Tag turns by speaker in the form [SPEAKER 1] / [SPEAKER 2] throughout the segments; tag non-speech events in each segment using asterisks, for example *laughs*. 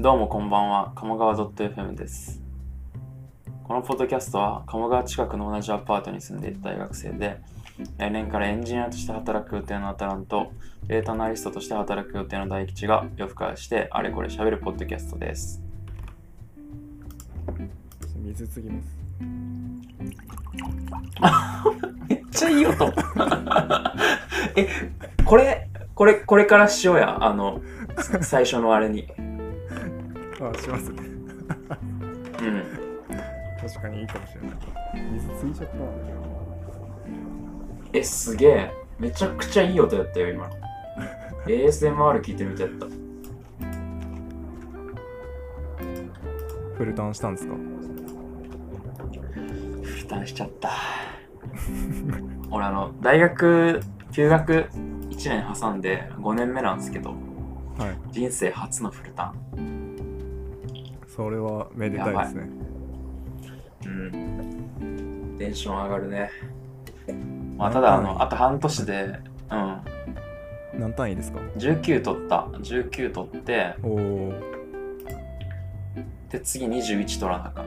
[SPEAKER 1] どうもこんばんは、鴨川 .fm です。このポッドキャストは、鴨川近くの同じアパートに住んでいた大学生で、来年からエンジニアとして働く予定のアタランと、データアナリストとして働く予定の大吉が夜更かししてあれこれ喋るポッドキャストです。
[SPEAKER 2] 水つぎます
[SPEAKER 1] めっちゃいい音 *laughs* え、これ、これ、これからしようや、あの、最初のあれに。
[SPEAKER 2] あしますね
[SPEAKER 1] うん。
[SPEAKER 2] 確かにいいかもしれない水つぎちゃったな
[SPEAKER 1] え、すげえ。めちゃくちゃいい音やったよ、 *laughs* 今の。ASMR 聞いてるみたいだった。
[SPEAKER 2] フルターンしたんですか
[SPEAKER 1] 負担しちゃった俺あの大学休学1年挟んで5年目なんですけど
[SPEAKER 2] はい
[SPEAKER 1] 人生初のフルタ
[SPEAKER 2] それはめでたいですね
[SPEAKER 1] ーンうんテンション上がるねまあただあのあと半年でうん
[SPEAKER 2] 何単位ですか
[SPEAKER 1] 19取った19取って
[SPEAKER 2] おおー
[SPEAKER 1] で次21取ら *laughs* なあかん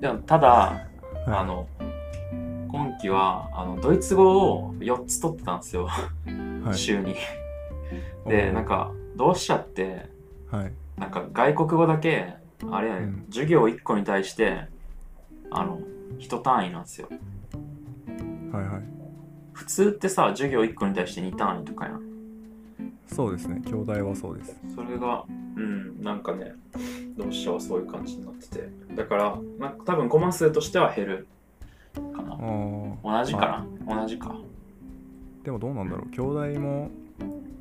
[SPEAKER 1] でもただ
[SPEAKER 2] はい
[SPEAKER 1] あの今期はあのドイツ語を4つ取ってたんですよ、
[SPEAKER 2] はい
[SPEAKER 1] 週に
[SPEAKER 2] おー
[SPEAKER 1] でなんかどうしちゃって
[SPEAKER 2] はい
[SPEAKER 1] なんか外国語だけあれやね、
[SPEAKER 2] うん
[SPEAKER 1] 授業1個に対してあの1単位なんですよ
[SPEAKER 2] はいはい
[SPEAKER 1] 普通ってさ授業1個に対して2単位とかやん
[SPEAKER 2] そうですね兄弟はそうです
[SPEAKER 1] それがうんなんかねどうしようそういう感じになっててだからなんか多分コマ数としては減るかな
[SPEAKER 2] あー
[SPEAKER 1] 同じか
[SPEAKER 2] まあ
[SPEAKER 1] な、同じか
[SPEAKER 2] でもどうなんだろう兄弟も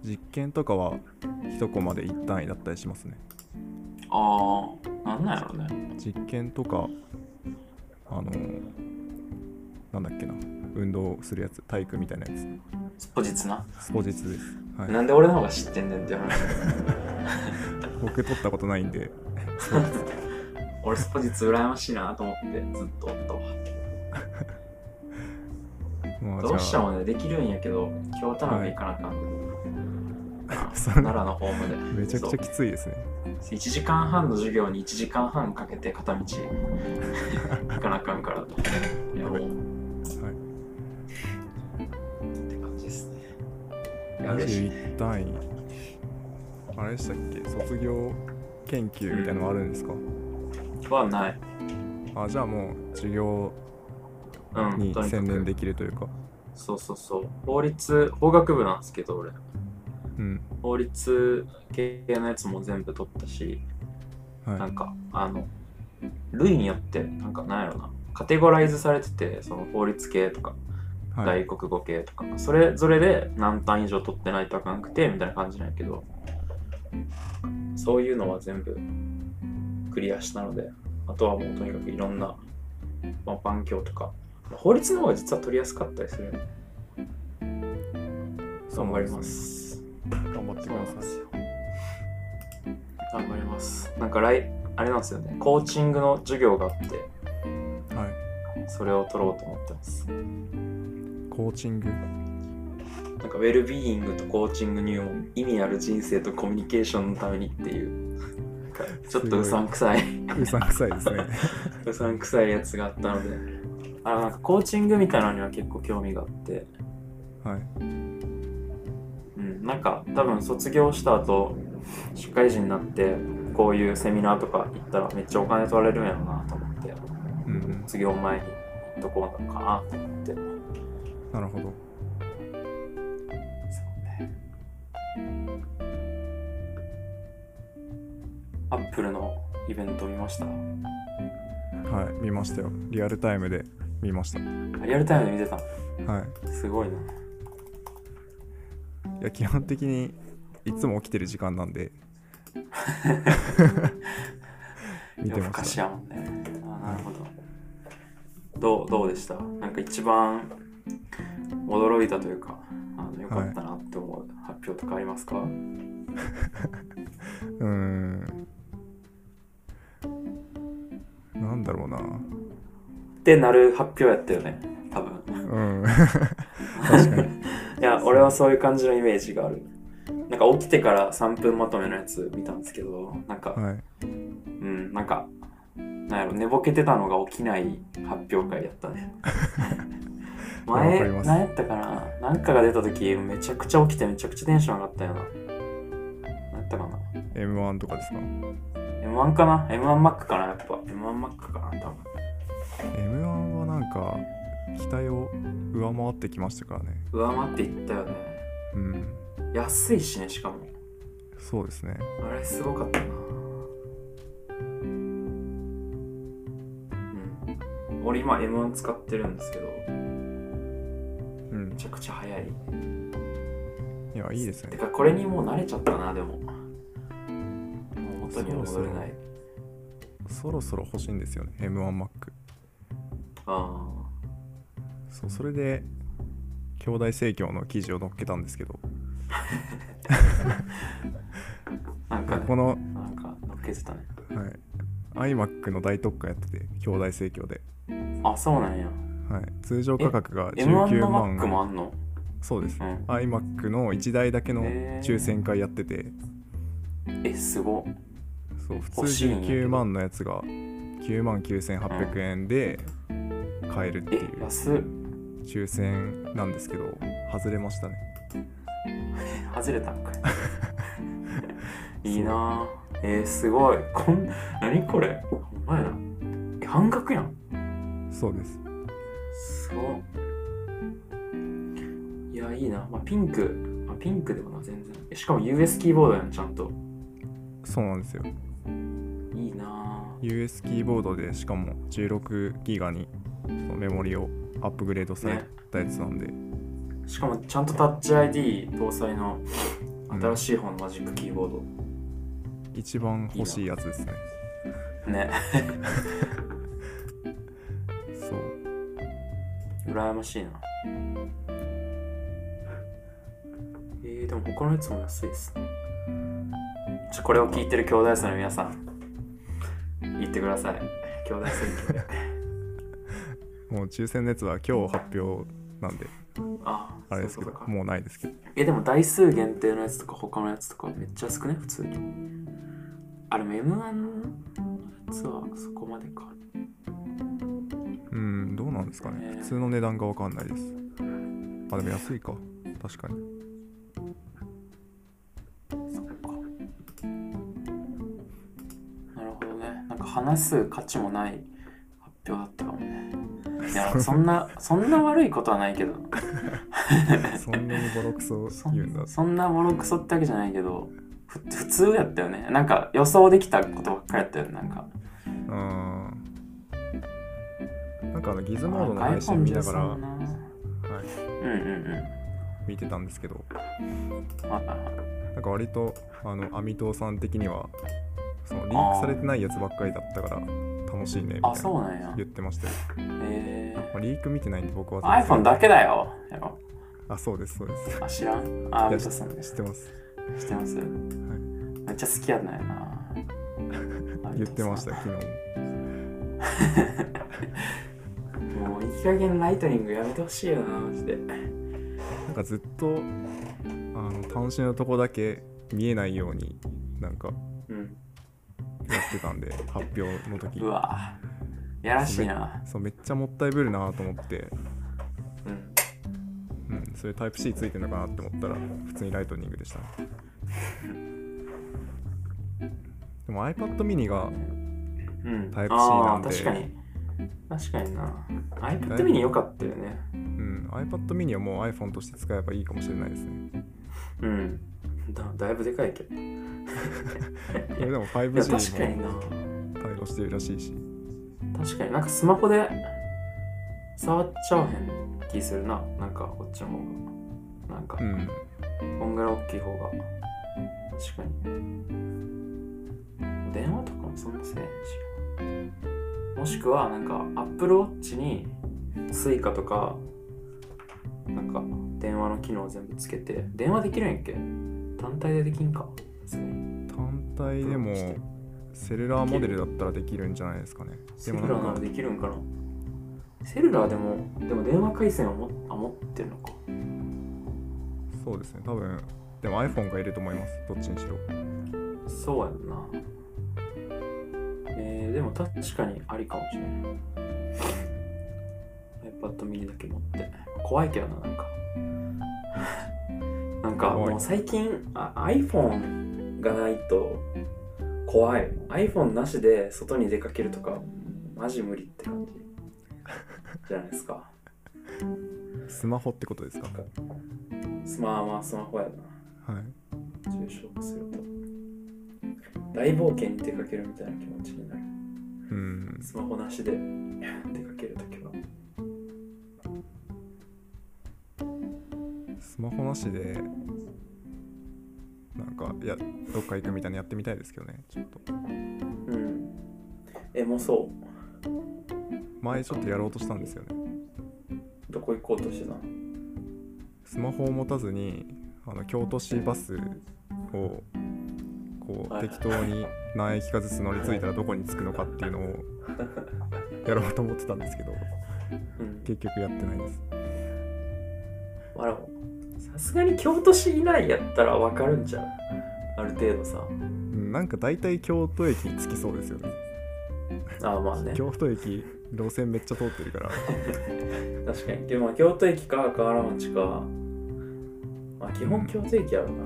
[SPEAKER 2] 実験とかは一コマで一単位だったりしますね
[SPEAKER 1] あーなんなんやろね
[SPEAKER 2] 実験とかあのなんだっけな運動するやつ体育みたいなやつ
[SPEAKER 1] スポジツな、
[SPEAKER 2] スポジツですはい
[SPEAKER 1] なんで俺の方が知ってんねんって話
[SPEAKER 2] 僕取ったことないんで
[SPEAKER 1] 俺スポジツ羨ましいなと思ってずっとおったわ
[SPEAKER 2] まあ
[SPEAKER 1] どうし
[SPEAKER 2] じ
[SPEAKER 1] て
[SPEAKER 2] ゃあ
[SPEAKER 1] もねできるんやけど京田辺行かなあかん、
[SPEAKER 2] それ
[SPEAKER 1] 奈良のホームで
[SPEAKER 2] めちゃくちゃきついですね
[SPEAKER 1] 1時間半の授業に1時間半かけて片道行かなあかん
[SPEAKER 2] *laughs*
[SPEAKER 1] からいやもう
[SPEAKER 2] はい
[SPEAKER 1] って感じですねいや嬉しい
[SPEAKER 2] 21単位あれでしたっけ卒業研究みたいなのあるんですか、
[SPEAKER 1] はない
[SPEAKER 2] あじゃあもう授業
[SPEAKER 1] うん
[SPEAKER 2] に
[SPEAKER 1] とにか
[SPEAKER 2] 専
[SPEAKER 1] く
[SPEAKER 2] 念できるというか
[SPEAKER 1] そうそうそう法律法学部なんですけど俺
[SPEAKER 2] うん
[SPEAKER 1] 法律系のやつも全部取ったしな
[SPEAKER 2] はい
[SPEAKER 1] んかあの類によってなんかなんやろなカテゴライズされててその法律系とか
[SPEAKER 2] はい
[SPEAKER 1] 大国語系とか、それぞれで何単以上取ってないとあかんくてみたいな感じなんやけどそういうのは全部クリアしたのであとはもうとにかくいろんな、まあ、番教とか法律の方が実は取りやすかったりする
[SPEAKER 2] そう
[SPEAKER 1] 頑
[SPEAKER 2] な
[SPEAKER 1] 張
[SPEAKER 2] んで
[SPEAKER 1] り
[SPEAKER 2] す
[SPEAKER 1] ま
[SPEAKER 2] ね
[SPEAKER 1] す
[SPEAKER 2] 頑張って
[SPEAKER 1] そうなん
[SPEAKER 2] く
[SPEAKER 1] で
[SPEAKER 2] ださ
[SPEAKER 1] すよ頑張りますなんか来あれなんですよねコーチングの授業があって
[SPEAKER 2] いはい
[SPEAKER 1] それを取ろうと思ってます
[SPEAKER 2] コーチング
[SPEAKER 1] なんかウェルビーイングとコーチング入門意味ある人生とコミュニケーションのためにっていうなんかちょっとうさんくさい
[SPEAKER 2] うさんくさいですね
[SPEAKER 1] うさんくさいやつがあったのであのなんかコーチングみたいなのには結構興味があって、
[SPEAKER 2] はい
[SPEAKER 1] うん、なんか多分卒業した後社会人になってこういうセミナーとか行ったらめっちゃお金取られるんやろうなと思って
[SPEAKER 2] うんうん
[SPEAKER 1] 卒業前に行っとこうなのかなと思って
[SPEAKER 2] なるほど
[SPEAKER 1] そうね。アップルのイベント見ました
[SPEAKER 2] はい見ましたよリアルタイムで見ました
[SPEAKER 1] リアルタイムで見てた
[SPEAKER 2] はい
[SPEAKER 1] すごいな。
[SPEAKER 2] いや基本的にいつも起きてる時間なんで見て
[SPEAKER 1] 夜更
[SPEAKER 2] ま
[SPEAKER 1] か
[SPEAKER 2] し
[SPEAKER 1] したやもんね。あなるほど。どうどうでしたなんか一番驚いたというか、あのよかったなって思う発表とかありますか、
[SPEAKER 2] うーんなんだろうな
[SPEAKER 1] ってなる発表やったよね、多分。
[SPEAKER 2] うん *laughs* 確かに
[SPEAKER 1] いや、俺はそういう感じのイメージがある。なんか起きてから3分まとめのやつ見たんですけど、なんか、
[SPEAKER 2] はい
[SPEAKER 1] うん、なんか、なんやろ、寝ぼけてたのが起きない発表会やった
[SPEAKER 2] *laughs*
[SPEAKER 1] ね。
[SPEAKER 2] わ
[SPEAKER 1] 前
[SPEAKER 2] かりま、す
[SPEAKER 1] 何やったかななんかが出た時、めちゃくちゃ起きてめちゃくちゃテンション上がったよな。何やったかな
[SPEAKER 2] M1 とかですか
[SPEAKER 1] ?M1 かな ?M1 マックかなやっぱ。M1 マックかな多分。
[SPEAKER 2] M1 はなんか期待を上回ってきましたからね
[SPEAKER 1] 上回っていったよね。
[SPEAKER 2] うん
[SPEAKER 1] 安いしね、しかも。
[SPEAKER 2] そうですね
[SPEAKER 1] あれすごかったなうん俺今 M1 使ってるんですけど
[SPEAKER 2] うん
[SPEAKER 1] めちゃくちゃ早い
[SPEAKER 2] いやいいです
[SPEAKER 1] て
[SPEAKER 2] ね
[SPEAKER 1] かこれにもう慣れちゃったなでももう元には戻れない
[SPEAKER 2] そろそろ欲しいんですよね M1Mac
[SPEAKER 1] あ
[SPEAKER 2] そうそれで兄弟正教の記事を載っけたんですけど
[SPEAKER 1] あなんかね
[SPEAKER 2] この、
[SPEAKER 1] なんか乗っけてたね
[SPEAKER 2] はい、iMac の大特価やってて兄弟正教で、
[SPEAKER 1] あそうなんや
[SPEAKER 2] はい、通常価格が
[SPEAKER 1] M1
[SPEAKER 2] 19
[SPEAKER 1] の Mac も
[SPEAKER 2] 万
[SPEAKER 1] あんの
[SPEAKER 2] そうです
[SPEAKER 1] う
[SPEAKER 2] iMac の1台だけの
[SPEAKER 1] へー
[SPEAKER 2] 抽選会やってて
[SPEAKER 1] んえすごっ
[SPEAKER 2] そう普通
[SPEAKER 1] 欲しいんやけど
[SPEAKER 2] 19万のやつが9万9800円で買えるってい
[SPEAKER 1] え
[SPEAKER 2] う
[SPEAKER 1] 安っ
[SPEAKER 2] 抽選なんですけど外れましたね
[SPEAKER 1] 外れたんか
[SPEAKER 2] *laughs*
[SPEAKER 1] いいいなぁえー、すごいこん何これほんまやなえ半額やん
[SPEAKER 2] そうです
[SPEAKER 1] すごいいやいいな、まあ、ピンク、まあ、ピンクでもな全然えしかも US キーボードやんちゃんと
[SPEAKER 2] そうなんですよ
[SPEAKER 1] いいな
[SPEAKER 2] US キーボードでしかも16ギガにそのメモリをアップグレードされたやつなんで、
[SPEAKER 1] ぁしかもちゃんとタッチ ID 搭載の
[SPEAKER 2] うん
[SPEAKER 1] 新しい方のマジックキーボード、
[SPEAKER 2] 一番欲しいやつですね
[SPEAKER 1] ね *laughs*
[SPEAKER 2] そう
[SPEAKER 1] 羨ましいなえー、でも他のやつも安いですねちょこれを聞いてる兄弟生の皆さん言ってください兄弟生に
[SPEAKER 2] もう抽選のやつは今日発表なんで
[SPEAKER 1] あ
[SPEAKER 2] あれですけど
[SPEAKER 1] そういうことか
[SPEAKER 2] もうないですけど
[SPEAKER 1] えでも台数限定のやつとか他のやつとかめっちゃ少ない普通にあれ M1 のやつはそこまでか
[SPEAKER 2] うんどうなんですか
[SPEAKER 1] ね
[SPEAKER 2] ね普通の値段が分かんないですあでも安いか確か
[SPEAKER 1] *laughs*
[SPEAKER 2] に
[SPEAKER 1] そっかなるほどねなんか話す価値もない発表だったかもねいやそん
[SPEAKER 2] *laughs*
[SPEAKER 1] なそんな悪いことはないけど
[SPEAKER 2] そんなにボロクソ
[SPEAKER 1] そ
[SPEAKER 2] 言うんだ
[SPEAKER 1] んそんなボロクソってわけじゃないけどふ普通やったよねなんか予想できたことばっかりやったよねなんか
[SPEAKER 2] うんなんかあのギズモードの配信見ながら、
[SPEAKER 1] iPhone
[SPEAKER 2] は、
[SPEAKER 1] 13ないうんうんうん
[SPEAKER 2] 見てたんですけど
[SPEAKER 1] はいはいはい
[SPEAKER 2] なんか割とあのアミトさん的にはそのリンクされてないやつばっかりだったから楽しいねみたい
[SPEAKER 1] あ
[SPEAKER 2] な
[SPEAKER 1] そうなんや
[SPEAKER 2] 言ってましたよ、
[SPEAKER 1] え
[SPEAKER 2] まあ、リーク見てないんで僕は
[SPEAKER 1] ー、iPhone だけだよやろ
[SPEAKER 2] あそうですそうです
[SPEAKER 1] あ知らんあ
[SPEAKER 2] いや
[SPEAKER 1] 美トさんで
[SPEAKER 2] 知
[SPEAKER 1] す
[SPEAKER 2] ってます
[SPEAKER 1] 知ってます、めっちゃ好きやんないな
[SPEAKER 2] *laughs* 言ってました
[SPEAKER 1] ア
[SPEAKER 2] よ
[SPEAKER 1] ビト
[SPEAKER 2] 昨日も
[SPEAKER 1] さんもういい加減ライトニングやめてほしいよなマジで
[SPEAKER 2] なんかずっとあの端子のとこだけ見えないようになんか
[SPEAKER 1] うん
[SPEAKER 2] やってたん
[SPEAKER 1] *laughs*
[SPEAKER 2] で発表の時
[SPEAKER 1] うわやらしいな
[SPEAKER 2] そうめっちゃもったいぶるなと思って、
[SPEAKER 1] うん
[SPEAKER 2] うん、それタイプ C ついてるのかなって思ったら普通にライトニングでしたねでも iPad mini が
[SPEAKER 1] うん
[SPEAKER 2] タイプ C
[SPEAKER 1] あ
[SPEAKER 2] なん
[SPEAKER 1] ー
[SPEAKER 2] で
[SPEAKER 1] 確かに確かにな iPad mini 良かったよね
[SPEAKER 2] うん、iPad mini はもう iPhone として使えばいいかもしれないですね。
[SPEAKER 1] うんだだいぶでかいけどい
[SPEAKER 2] これでも
[SPEAKER 1] や確か
[SPEAKER 2] 5G
[SPEAKER 1] に
[SPEAKER 2] も
[SPEAKER 1] な
[SPEAKER 2] 対応してるらしいし、
[SPEAKER 1] 確かになんかスマホで触っちゃわへん気するななんかこっちの方がなんか
[SPEAKER 2] うん、
[SPEAKER 1] こんぐらい大きい方が確かに電話とかもそんなせえへんしもしくはなんか Apple Watch に Suica とかなんか電話の機能を全部つけて電話できるんやっけ単体でできんかすごい
[SPEAKER 2] 単体でもセルラーモデルだったらできるんじゃないですかね。
[SPEAKER 1] セ
[SPEAKER 2] で
[SPEAKER 1] ル
[SPEAKER 2] も
[SPEAKER 1] ラ
[SPEAKER 2] な
[SPEAKER 1] ーなんら
[SPEAKER 2] か
[SPEAKER 1] できるんかなセルラーでもでも電話回線をもあ持ってるのか
[SPEAKER 2] そうですね、多分でも iPhone がいると思いますどっちにしろ
[SPEAKER 1] そうやんな。えー、でも確かにありかもしれない。iPad mini だけ持って。怖いけどな、なんか。 *laughs* なんか
[SPEAKER 2] 怖い
[SPEAKER 1] もう最近あ iPhone がないと怖い。iPhone なしで外に出かけるとか、マジ無理って感じじゃないです
[SPEAKER 2] *laughs*
[SPEAKER 1] か。
[SPEAKER 2] スマホってことですか
[SPEAKER 1] スマまあスマホやな。
[SPEAKER 2] はい
[SPEAKER 1] 重症すると大冒険に出かけるみたいな気持ちになる
[SPEAKER 2] うん
[SPEAKER 1] スマホなしで出かけるときは
[SPEAKER 2] スマホなしでなんかいやどっか行くみたいなのやってみたいですけどねちょっと
[SPEAKER 1] うんえもうそ
[SPEAKER 2] 前ちょっとやろうとしたんですよね
[SPEAKER 1] うどこ行こうとしてたの
[SPEAKER 2] スマホを持たずにあの京都市バスをこう
[SPEAKER 1] はい
[SPEAKER 2] 適当に何駅かずつ乗り継いだらどこに着くのかっていうの
[SPEAKER 1] *laughs*
[SPEAKER 2] をやろうと思ってたんですけど
[SPEAKER 1] うん
[SPEAKER 2] 結局やってないです
[SPEAKER 1] あらさすがに京都市以内やったらわかるんちゃうある程度さ
[SPEAKER 2] うんなんか大体京都駅に着きそうですよね
[SPEAKER 1] ああまあね
[SPEAKER 2] 京都駅路線めっちゃ通ってるから
[SPEAKER 1] 確かにでもまあ京都駅か河原町かまあ基本京都駅やろな、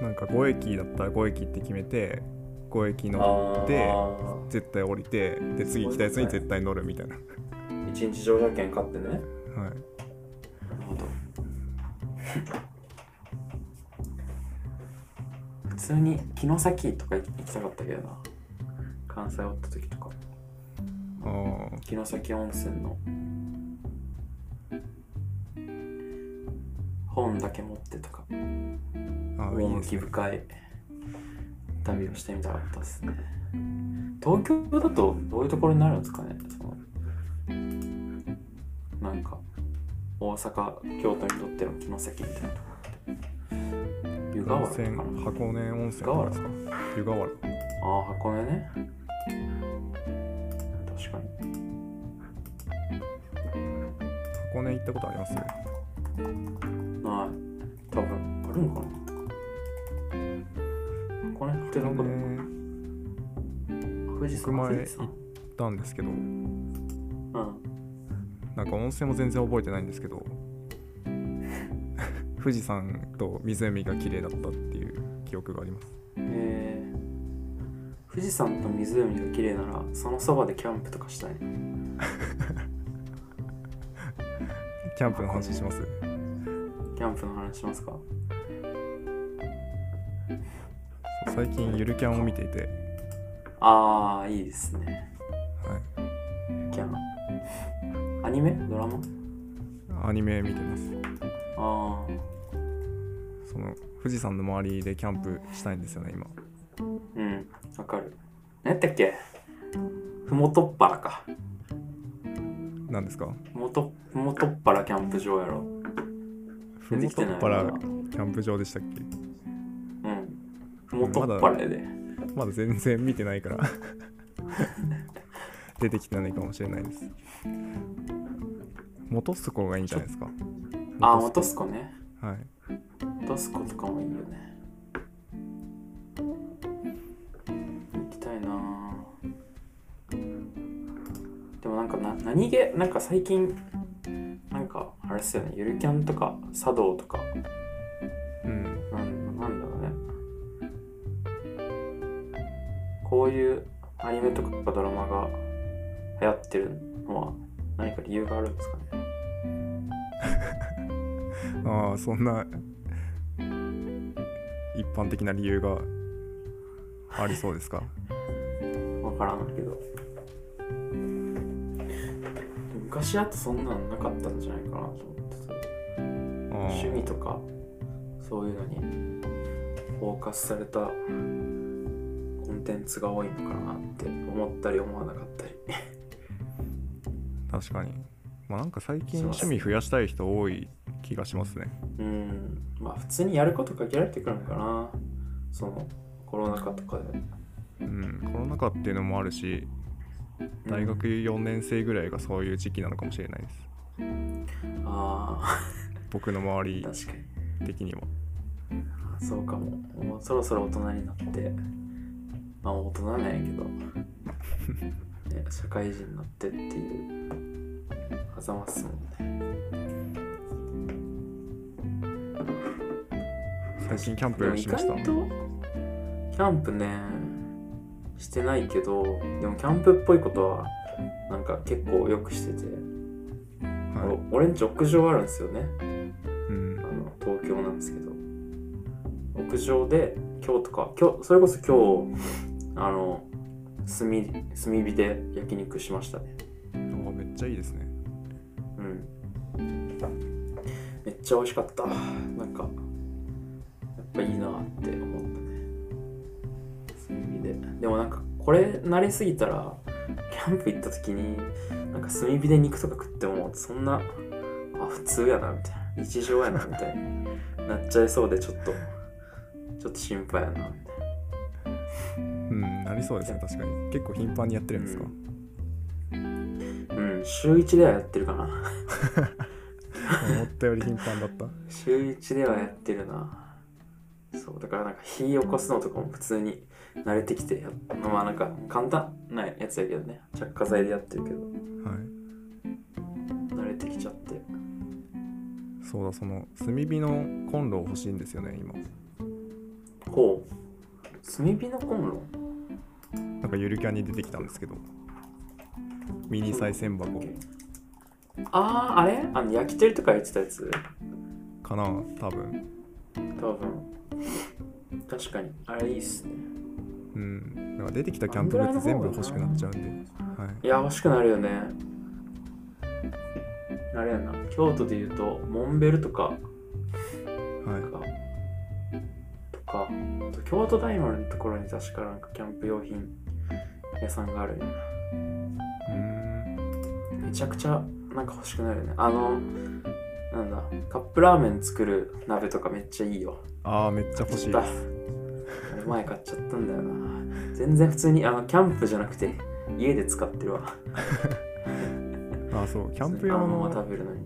[SPEAKER 2] なんか5駅だったら5駅って決めて5駅
[SPEAKER 1] あ
[SPEAKER 2] 乗
[SPEAKER 1] ー
[SPEAKER 2] で絶対降りてで次行きたいやつに絶対乗るみたいな
[SPEAKER 1] 一日乗車券買ってね
[SPEAKER 2] は
[SPEAKER 1] な
[SPEAKER 2] い
[SPEAKER 1] るほど *laughs* 普通に城崎とか行きたかったけどな関西おった時とか
[SPEAKER 2] あー
[SPEAKER 1] 城崎温泉の本だけ持ってとか
[SPEAKER 2] あーいいです
[SPEAKER 1] 趣
[SPEAKER 2] ね
[SPEAKER 1] 深い旅をしてみたかったですね東京だとどういうところになるんですかねそのなんか大阪京都にとっての城崎みたいなところって湯河
[SPEAKER 2] 温
[SPEAKER 1] 原と
[SPEAKER 2] 泉
[SPEAKER 1] かな
[SPEAKER 2] 箱根温泉とかですか湯河原
[SPEAKER 1] ああ箱根ね確かに
[SPEAKER 2] 箱根行ったことあります
[SPEAKER 1] ない多分あるのかな箱根ってどこだ
[SPEAKER 2] ね
[SPEAKER 1] 富士
[SPEAKER 2] 僕
[SPEAKER 1] 山
[SPEAKER 2] 前
[SPEAKER 1] 富士山
[SPEAKER 2] 行ったんですけど
[SPEAKER 1] うん
[SPEAKER 2] なんか温泉も全然覚えてないんですけど *laughs* 富士山と湖が綺麗だったっていう記憶があります
[SPEAKER 1] えー、富士山と湖が綺麗ならそのそばでキャンプとかしたい
[SPEAKER 2] キャンプの話します
[SPEAKER 1] キャンプの話しますか
[SPEAKER 2] そう最近ゆるキャンを見ていて、
[SPEAKER 1] ああいいですね
[SPEAKER 2] はい、
[SPEAKER 1] キャンアニメドラマ
[SPEAKER 2] アニメ見てます
[SPEAKER 1] ああ
[SPEAKER 2] その富士山の周りでキャンプしたいんですよね今
[SPEAKER 1] うんわかる何やったっけふもとっぱらか
[SPEAKER 2] 何ですか
[SPEAKER 1] ふもとふもとっぱらキャンプ場やろ
[SPEAKER 2] ふ
[SPEAKER 1] 出て
[SPEAKER 2] も
[SPEAKER 1] き
[SPEAKER 2] と
[SPEAKER 1] てない
[SPEAKER 2] っぱらキャンプ場でしたっけ
[SPEAKER 1] うんふもとっぱらやで
[SPEAKER 2] まだ全然見てないから *laughs* 出てきてないかもしれないです元栖湖がいいんじゃないですか
[SPEAKER 1] ああー元栖湖ね
[SPEAKER 2] 湖はい
[SPEAKER 1] 元栖湖とかもいいよね行きたいなぁでもなんかな何気なんか最近なんかあれっすよねゆるキャンとか茶道とか
[SPEAKER 2] うん
[SPEAKER 1] なんなんだろうねこういうアニメとかドラマが流行ってるのは何か理由があるんですかね
[SPEAKER 2] ああそんな一般的な理由がありそうですか
[SPEAKER 1] わからんけど昔だとそんなんなかったんじゃないかなと思ってて
[SPEAKER 2] あー
[SPEAKER 1] 趣味とかそういうのにフォーカスされたコンテンツが多いのかなって思ったり思わなかったり *laughs*
[SPEAKER 2] 確かにまあなんか最近
[SPEAKER 1] します
[SPEAKER 2] 趣味増やしたい人多い気がしますね
[SPEAKER 1] うんまあ普通にやること限られてくるのかなそのコロナ禍とかで
[SPEAKER 2] うんコロナ禍っていうのもあるし大学4年生ぐらいがそういう時期なのかもしれないです
[SPEAKER 1] ああ
[SPEAKER 2] 僕の周り
[SPEAKER 1] 確かに
[SPEAKER 2] 的には
[SPEAKER 1] そうかも。もうそろそろ大人になって、まあもう大人なんやけ
[SPEAKER 2] *laughs*
[SPEAKER 1] ど、ね、社会人になってっていう、あざますもんね。
[SPEAKER 2] 最近キャン
[SPEAKER 1] でも
[SPEAKER 2] プ
[SPEAKER 1] 意
[SPEAKER 2] しました
[SPEAKER 1] 外と、キャンプね、してないけど、でもキャンプっぽいことは、なんか結構よくしてて、
[SPEAKER 2] はい
[SPEAKER 1] お俺んち屋上あるんですよね。
[SPEAKER 2] うん
[SPEAKER 1] あの東京なんですけど屋上で今日とか今日それこそ今日あの炭炭火で焼肉しましたね
[SPEAKER 2] おめっちゃいいですね
[SPEAKER 1] うんめっちゃ美味しかったなんかやっぱいいなって思ったね炭火ででもなんかこれ慣れすぎたらキャンプ行った時になんか炭火で肉とか食ってもそんなあ普通やなみたいな日常やなみたいになっちゃいそうでちょっとちょっと心配やなみたいな
[SPEAKER 2] うんなりそうですね確かに結構頻繁にやってるんですか、
[SPEAKER 1] うん週1ではやってるかな
[SPEAKER 2] 思ったより頻繁だった
[SPEAKER 1] 週1ではやってるなそうだからなんか火起こすのとかも普通に慣れてきてやまあなんか簡単なやつやけどね着火剤でやってるけど
[SPEAKER 2] はい
[SPEAKER 1] 慣れてきちゃって
[SPEAKER 2] そうだその炭火のコンロ欲しいんですよね今
[SPEAKER 1] ほう炭火のコンロ
[SPEAKER 2] なんかゆるキャンに出てきたんですけどミニ賽銭箱
[SPEAKER 1] あああれあの焼き鳥とか言ってたやつ
[SPEAKER 2] かな多分
[SPEAKER 1] 多分確かにあれいいっすね
[SPEAKER 2] うんなんか出てきたキャンプグッズ全部欲しくなっちゃうんではい
[SPEAKER 1] いや欲しくなるよねあれやな京都で言うとモンベルとか
[SPEAKER 2] はい
[SPEAKER 1] なんかとかあと京都大丸のところに確かなんかキャンプ用品屋さんがあるよね
[SPEAKER 2] うーん
[SPEAKER 1] めちゃくちゃなんか欲しくなるよねあのなんだカップラーメン作る鍋とかめっちゃいいよ
[SPEAKER 2] ああめっちゃ欲しい
[SPEAKER 1] 買っちゃったあれ前買っちゃったんだよな全然普通にあのキャンプじゃなくて家で使ってるわ
[SPEAKER 2] あそうキャンプ用
[SPEAKER 1] あのまま
[SPEAKER 2] の
[SPEAKER 1] 食べるのに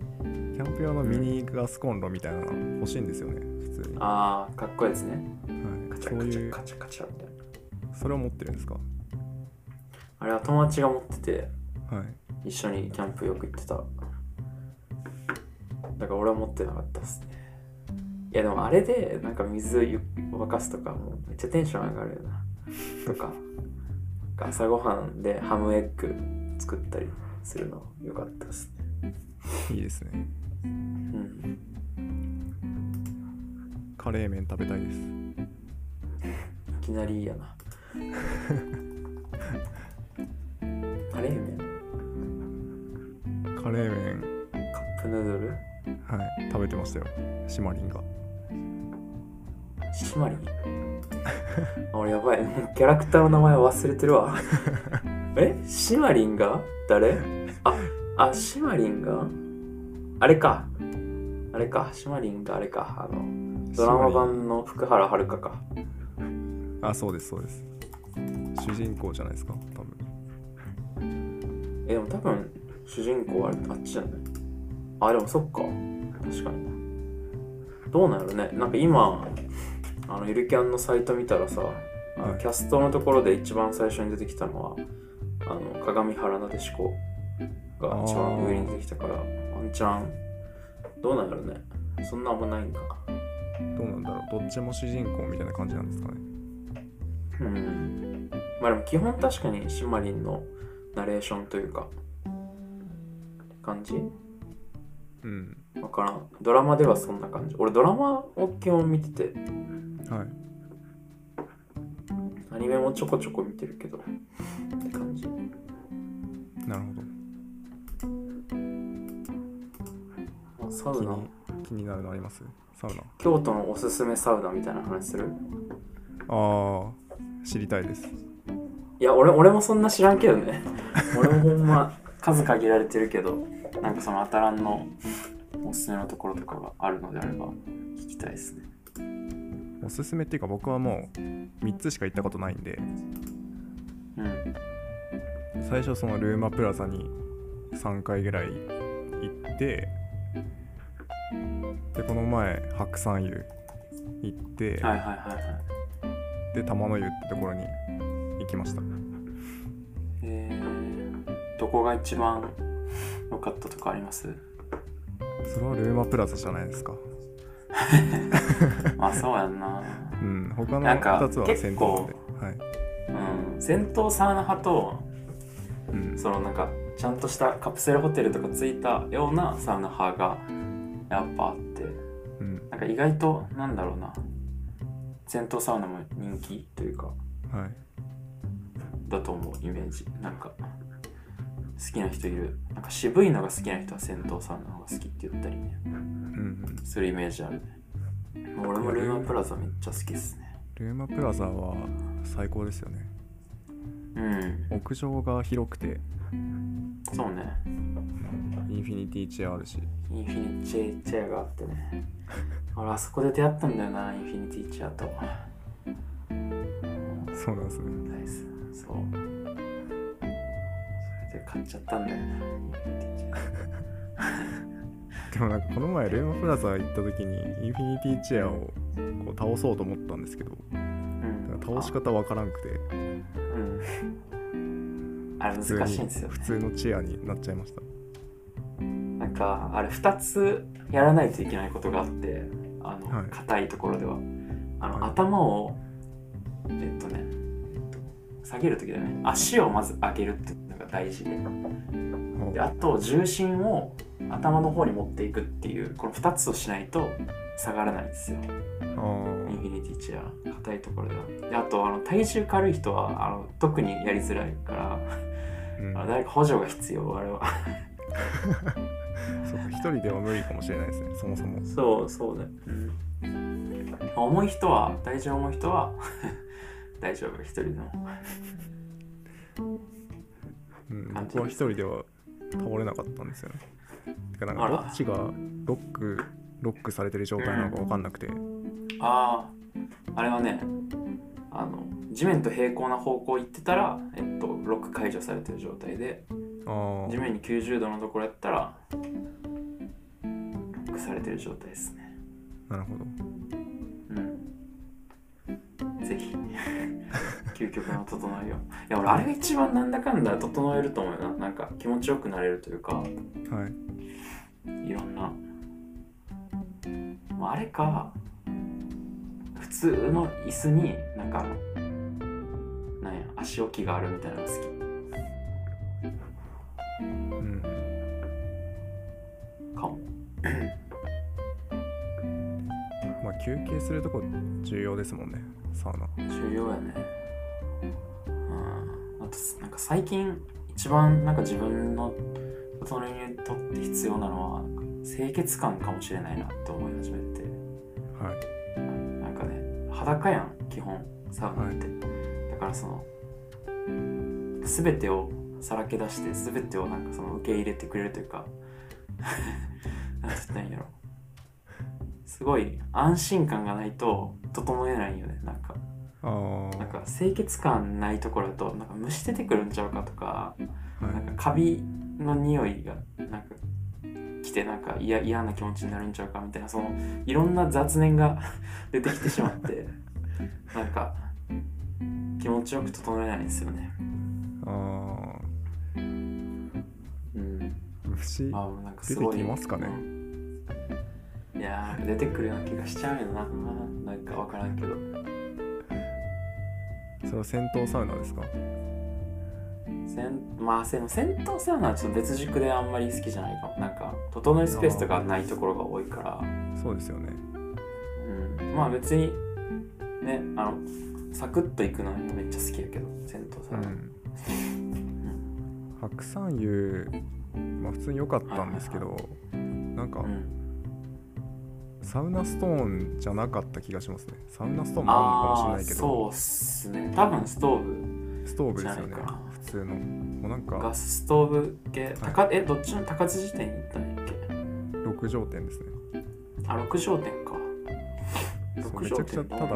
[SPEAKER 2] キャンプ用のミニガスコンロみたいなの欲しいんですよね普通に、は
[SPEAKER 1] ああかっこいいですねカ
[SPEAKER 2] い、
[SPEAKER 1] チ
[SPEAKER 2] そ
[SPEAKER 1] ャ
[SPEAKER 2] う
[SPEAKER 1] カチャ
[SPEAKER 2] いう
[SPEAKER 1] カチャカチャみたいな
[SPEAKER 2] それを持ってるんですか
[SPEAKER 1] あれは友達が持ってて
[SPEAKER 2] はい
[SPEAKER 1] 一緒にキャンプよく行ってただから俺は持ってなかったっすねいやでもあれでなんか水ゆ沸かすとかもめっちゃテンション上がるよなとかなんか朝ごはんでハムエッグ作ったりするのよかったっすね
[SPEAKER 2] いいですね
[SPEAKER 1] うん
[SPEAKER 2] カレー麺食べたいです
[SPEAKER 1] いきなりいいやなカレー麺
[SPEAKER 2] カレー麺
[SPEAKER 1] カップヌードル
[SPEAKER 2] はい食べてましたよシマリンが
[SPEAKER 1] シマリン俺やばいもうキャラクターの名前忘れてるわえシマリンが誰ああシマリンがあれかあれかシマリンがあれかあのドラマ版の福原遥か
[SPEAKER 2] あそうですそうです主人公じゃないですか多分
[SPEAKER 1] えでも多分主人公はあれあっちじゃないあでもそっか確かにどうなんやろねなんか今あのゆるキャンのサイト見たらさあの
[SPEAKER 2] はい
[SPEAKER 1] キャストのところで一番最初に出てきたのはあの鏡原なでしこが一番上に出てきたからワンチャンどうなんやろねそんな危ないんか
[SPEAKER 2] どうなんだろうどっちも主人公みたいな感じなんですかね
[SPEAKER 1] うんまあでも基本確かにシマリンのナレーションというか感じ
[SPEAKER 2] うん
[SPEAKER 1] わからんドラマではそんな感じ俺ドラマを基本見てて
[SPEAKER 2] はい
[SPEAKER 1] アニメもちょこちょこ見てるけどって感じ
[SPEAKER 2] なるほど
[SPEAKER 1] あサウ
[SPEAKER 2] 気
[SPEAKER 1] ナ
[SPEAKER 2] に気になるのありますサウナ
[SPEAKER 1] 京都のおすすめサウナみたいな話する
[SPEAKER 2] ああ知りたいです
[SPEAKER 1] いや俺俺もそんな知らんけど
[SPEAKER 2] *laughs*
[SPEAKER 1] ね俺もほんま数限られてるけどなんかその当たらんのおすすめのところとかがあるのであれば聞きたいですね
[SPEAKER 2] おすすめっていうか僕はもう3つしか行ったことないんで
[SPEAKER 1] うん
[SPEAKER 2] 最初そのルーマプラザに3回ぐらい行ってでこの前白山湯行って、
[SPEAKER 1] はいはいはいはい。
[SPEAKER 2] で玉の湯ってところに行きました
[SPEAKER 1] えー、どこが一番良かったとかあり
[SPEAKER 2] *laughs*
[SPEAKER 1] ます
[SPEAKER 2] それはルーマプラザじゃないですか
[SPEAKER 1] まあそうやんな。
[SPEAKER 2] うん他の
[SPEAKER 1] なんか
[SPEAKER 2] 2つは先頭ではい
[SPEAKER 1] うん。戦闘サウナ派と、
[SPEAKER 2] うん、
[SPEAKER 1] そのなんか、ちゃんとしたカプセルホテルとかついたようなサウナ派がやっぱあって、
[SPEAKER 2] うん
[SPEAKER 1] なんか意外と、なんだろうな、戦闘サウナも人気というか、
[SPEAKER 2] はい
[SPEAKER 1] だと思う、イメージ。なんか、好きな人いる。なんか渋いのが好きな人は戦闘サウナの方が好きって言ったりね。
[SPEAKER 2] うんうん、
[SPEAKER 1] するイメージあるね。もう俺もルーマプラザめっちゃ好きっすね。
[SPEAKER 2] ルーマプラザは最高ですよね
[SPEAKER 1] うん、
[SPEAKER 2] 屋上が広くて
[SPEAKER 1] そうね。
[SPEAKER 2] インフィニティチェアあるし
[SPEAKER 1] インフィニティチェアがあってね。 *laughs* 俺あそこで出会ったんだよな、インフィニティチェアと。
[SPEAKER 2] そうなんですね
[SPEAKER 1] ナイス。そう。それで買っちゃったんだよな、インフィニティチェア。
[SPEAKER 2] でもなんかこの前ルーマプラザ行った時にインフィニティチェアをこう倒そうと思ったんですけど
[SPEAKER 1] うん、
[SPEAKER 2] 倒し方わからんくて
[SPEAKER 1] あうん。あれ
[SPEAKER 2] 普通
[SPEAKER 1] 難しいんです
[SPEAKER 2] に
[SPEAKER 1] よ
[SPEAKER 2] 普
[SPEAKER 1] ね。
[SPEAKER 2] 通のチェアになっちゃいました
[SPEAKER 1] なんか、あれ2つやらないといけないことがあって、あの、
[SPEAKER 2] はい
[SPEAKER 1] 硬いところでは。あの、
[SPEAKER 2] はい
[SPEAKER 1] 頭を、えっとね、えっと下げるときだよね。足をまず上げるっていうのが大事で。であと重心を頭の方に持っていくっていうこの2つをしないと下がらないんですよ
[SPEAKER 2] あー
[SPEAKER 1] インフィニティチェア硬いところではであとあの体重軽い人はあの特にやりづらいから *laughs*
[SPEAKER 2] うん
[SPEAKER 1] あの誰か補助が必要あれは
[SPEAKER 2] そうか一人では無理かもしれないですねそもそも
[SPEAKER 1] そうそうだ、うん重い人は体重重い人は *laughs* 大丈夫一人でも
[SPEAKER 2] うん、
[SPEAKER 1] 感じ
[SPEAKER 2] 僕は一人では倒れなかったんですよね。てかなん
[SPEAKER 1] あ
[SPEAKER 2] からどっちがロックロックされてる状態なのか分かんなくて、
[SPEAKER 1] あああれはねあの地面と平行な方向行ってたら、えっと、ロック解除されてる状態で
[SPEAKER 2] あ
[SPEAKER 1] 地
[SPEAKER 2] あ
[SPEAKER 1] 面に90度のところやったらロックされてる状態ですね
[SPEAKER 2] なるほど。
[SPEAKER 1] うんぜひ究極の整えよういや俺あれが一番なんだかんだ整えると思うよななんか気持ちよくなれるというか
[SPEAKER 2] はい。
[SPEAKER 1] いろんなまああれか普通の椅子になんかなんや足置きがあるみたいなのが好
[SPEAKER 2] うん。
[SPEAKER 1] きかも
[SPEAKER 2] まあ休憩するとこ重要ですもんね、サウナ。
[SPEAKER 1] 重要やねうんあとすなんか最近一番なんか自分の大人にとって必要なのはなんか清潔感かもしれないなって思い始めて
[SPEAKER 2] はい。
[SPEAKER 1] なんかね裸やん基本サウナって、だからその全てをさらけ出して全てをなんかその受け入れてくれるというか *laughs* なんて言ったらいいんやろすごい安心感がないと整えないよねなんか
[SPEAKER 2] ああ
[SPEAKER 1] なんか清潔感ないところだとなんか虫出てくるんちゃうかとか
[SPEAKER 2] は
[SPEAKER 1] なん
[SPEAKER 2] い。
[SPEAKER 1] かカビの匂いがなんか来てなんか嫌嫌な気持ちになるんちゃうかみたいなそのいろんな雑念が *laughs* 出てきてしまってなんか気持ちよく整えないんですよね。
[SPEAKER 2] あ
[SPEAKER 1] うん、
[SPEAKER 2] あ虫
[SPEAKER 1] まあなんかすごい
[SPEAKER 2] 出てきますかね
[SPEAKER 1] うんいやー出てくるような気がしちゃうよななんかわからんけど
[SPEAKER 2] それは戦闘サウナですか。
[SPEAKER 1] せんまあせん戦闘サウナはちょっと別軸であんまり好きじゃないかもなんか整いスペースとかないところが多いから、
[SPEAKER 2] そうですよね。
[SPEAKER 1] うん、まあ別にねあのサクッと行くのはめっちゃ好きやけど戦闘サ
[SPEAKER 2] う
[SPEAKER 1] ウナ、
[SPEAKER 2] ん。白山湯まあ普通に良かったんですけど、なんか。
[SPEAKER 1] うん
[SPEAKER 2] サウナストーンじゃなかった気がしますねサウナストーンもあるのか
[SPEAKER 1] あ
[SPEAKER 2] もしれな
[SPEAKER 1] あ
[SPEAKER 2] いけ
[SPEAKER 1] そう
[SPEAKER 2] ど
[SPEAKER 1] っすね多分ストーブ
[SPEAKER 2] ストーブですよね
[SPEAKER 1] じゃないかな
[SPEAKER 2] 普通のもうなんか
[SPEAKER 1] ガスストーブ系高えどっちの高津時点に行ったんやっけ
[SPEAKER 2] 6畳店ですね
[SPEAKER 1] あ六6畳店か
[SPEAKER 2] そう
[SPEAKER 1] 六
[SPEAKER 2] めちゃ
[SPEAKER 1] 畳
[SPEAKER 2] くちゃ
[SPEAKER 1] 店
[SPEAKER 2] ただ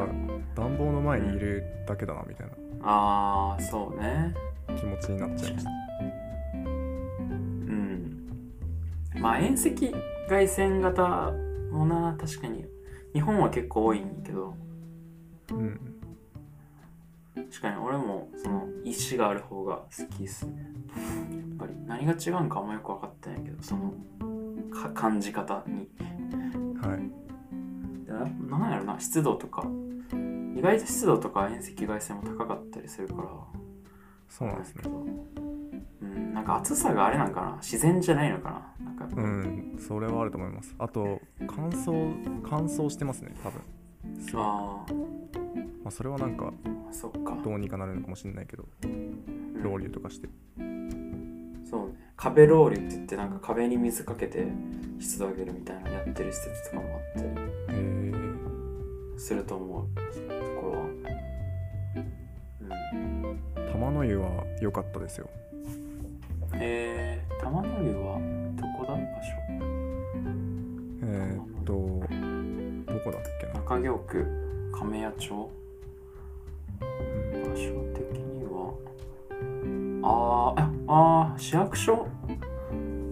[SPEAKER 2] 暖房の前にいるだけだなみたい
[SPEAKER 1] ああそうね
[SPEAKER 2] な気持ちになっちゃいました
[SPEAKER 1] うんまあ遠赤外線型もな確かに日本は結構多いんだけど
[SPEAKER 2] うん
[SPEAKER 1] 確かに俺もその石がある方が好きですねやっぱり何が違うんかあんまよく分かってないけどそのか感じ方に
[SPEAKER 2] はい
[SPEAKER 1] でななんやろな湿度とか意外と湿度とか遠赤外線も高かったりするから
[SPEAKER 2] そうなんですね
[SPEAKER 1] うんなんか暑さがあれなんかな自然じゃないのかななんか、
[SPEAKER 2] うんそれはあると思いますあと乾燥乾燥してますね多分そう、ま
[SPEAKER 1] あ
[SPEAKER 2] あ、それはなんか
[SPEAKER 1] あそっか
[SPEAKER 2] どうにかなるのかもしれないけど
[SPEAKER 1] うん
[SPEAKER 2] ロウリュとかして
[SPEAKER 1] そうね壁ロウリュって言ってなんか壁に水かけて湿度上げるみたいなのやってる施設とかもあったり
[SPEAKER 2] へえ
[SPEAKER 1] すると思うそのところはうん
[SPEAKER 2] 玉の湯は良かったですよ
[SPEAKER 1] えー、玉の湯はどこだ場
[SPEAKER 2] えー、っとどこだっけな
[SPEAKER 1] 所中京区亀屋町
[SPEAKER 2] うん
[SPEAKER 1] 場所的にはあーああー市役所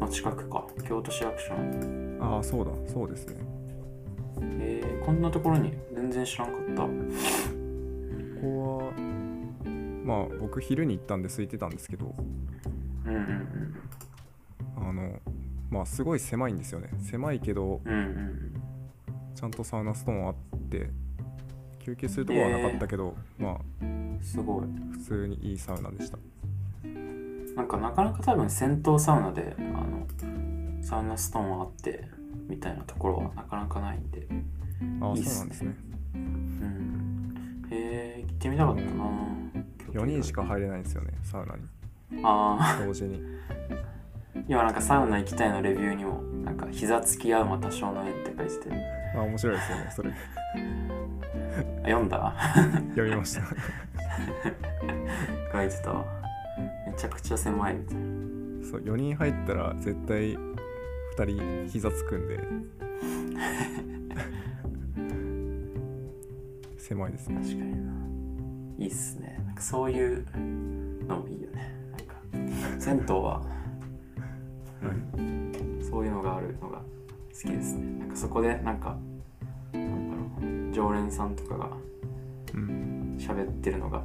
[SPEAKER 1] の近くか京都市役所の
[SPEAKER 2] ああそうだそうですね
[SPEAKER 1] えー、こんなところに全然知らんかった
[SPEAKER 2] ここはまあ僕昼に行ったんで空いてたんですけど
[SPEAKER 1] うんうん
[SPEAKER 2] あのまあすごい狭いんですよね狭いけど
[SPEAKER 1] うんうんうん
[SPEAKER 2] ちゃんとサウナストーンあって休憩するとこはなかったけど、ま
[SPEAKER 1] うんすごい
[SPEAKER 2] あ普通にいいサウナでした
[SPEAKER 1] なんかなかなか多分戦闘サウナであのサウナストーンあってみたいなところはなかなかないんで
[SPEAKER 2] ああ
[SPEAKER 1] いい
[SPEAKER 2] そ
[SPEAKER 1] っすね
[SPEAKER 2] うなんですね
[SPEAKER 1] うんへえー、行ってみたかったな
[SPEAKER 2] 4人しか入れないんですよねサウナに
[SPEAKER 1] あ
[SPEAKER 2] 同時に
[SPEAKER 1] あ *laughs* 今なんかサウナ行きたいのレビューにもなんか膝つき合うまた少年って書いてて
[SPEAKER 2] あ面白いですよねそ *laughs* れ
[SPEAKER 1] あ読んだ
[SPEAKER 2] 読みました
[SPEAKER 1] 書いてたわめちゃくちゃ狭いみたいな
[SPEAKER 2] そう4人入ったら絶対2人膝つくん *laughs* で狭いですね
[SPEAKER 1] 確かにないいっすねなんかそういうのもいいよねなんか銭湯はそういうのがあるのが好きですねなんかそこでなんかなんだろう常連さんとかが
[SPEAKER 2] うん
[SPEAKER 1] 喋ってるのが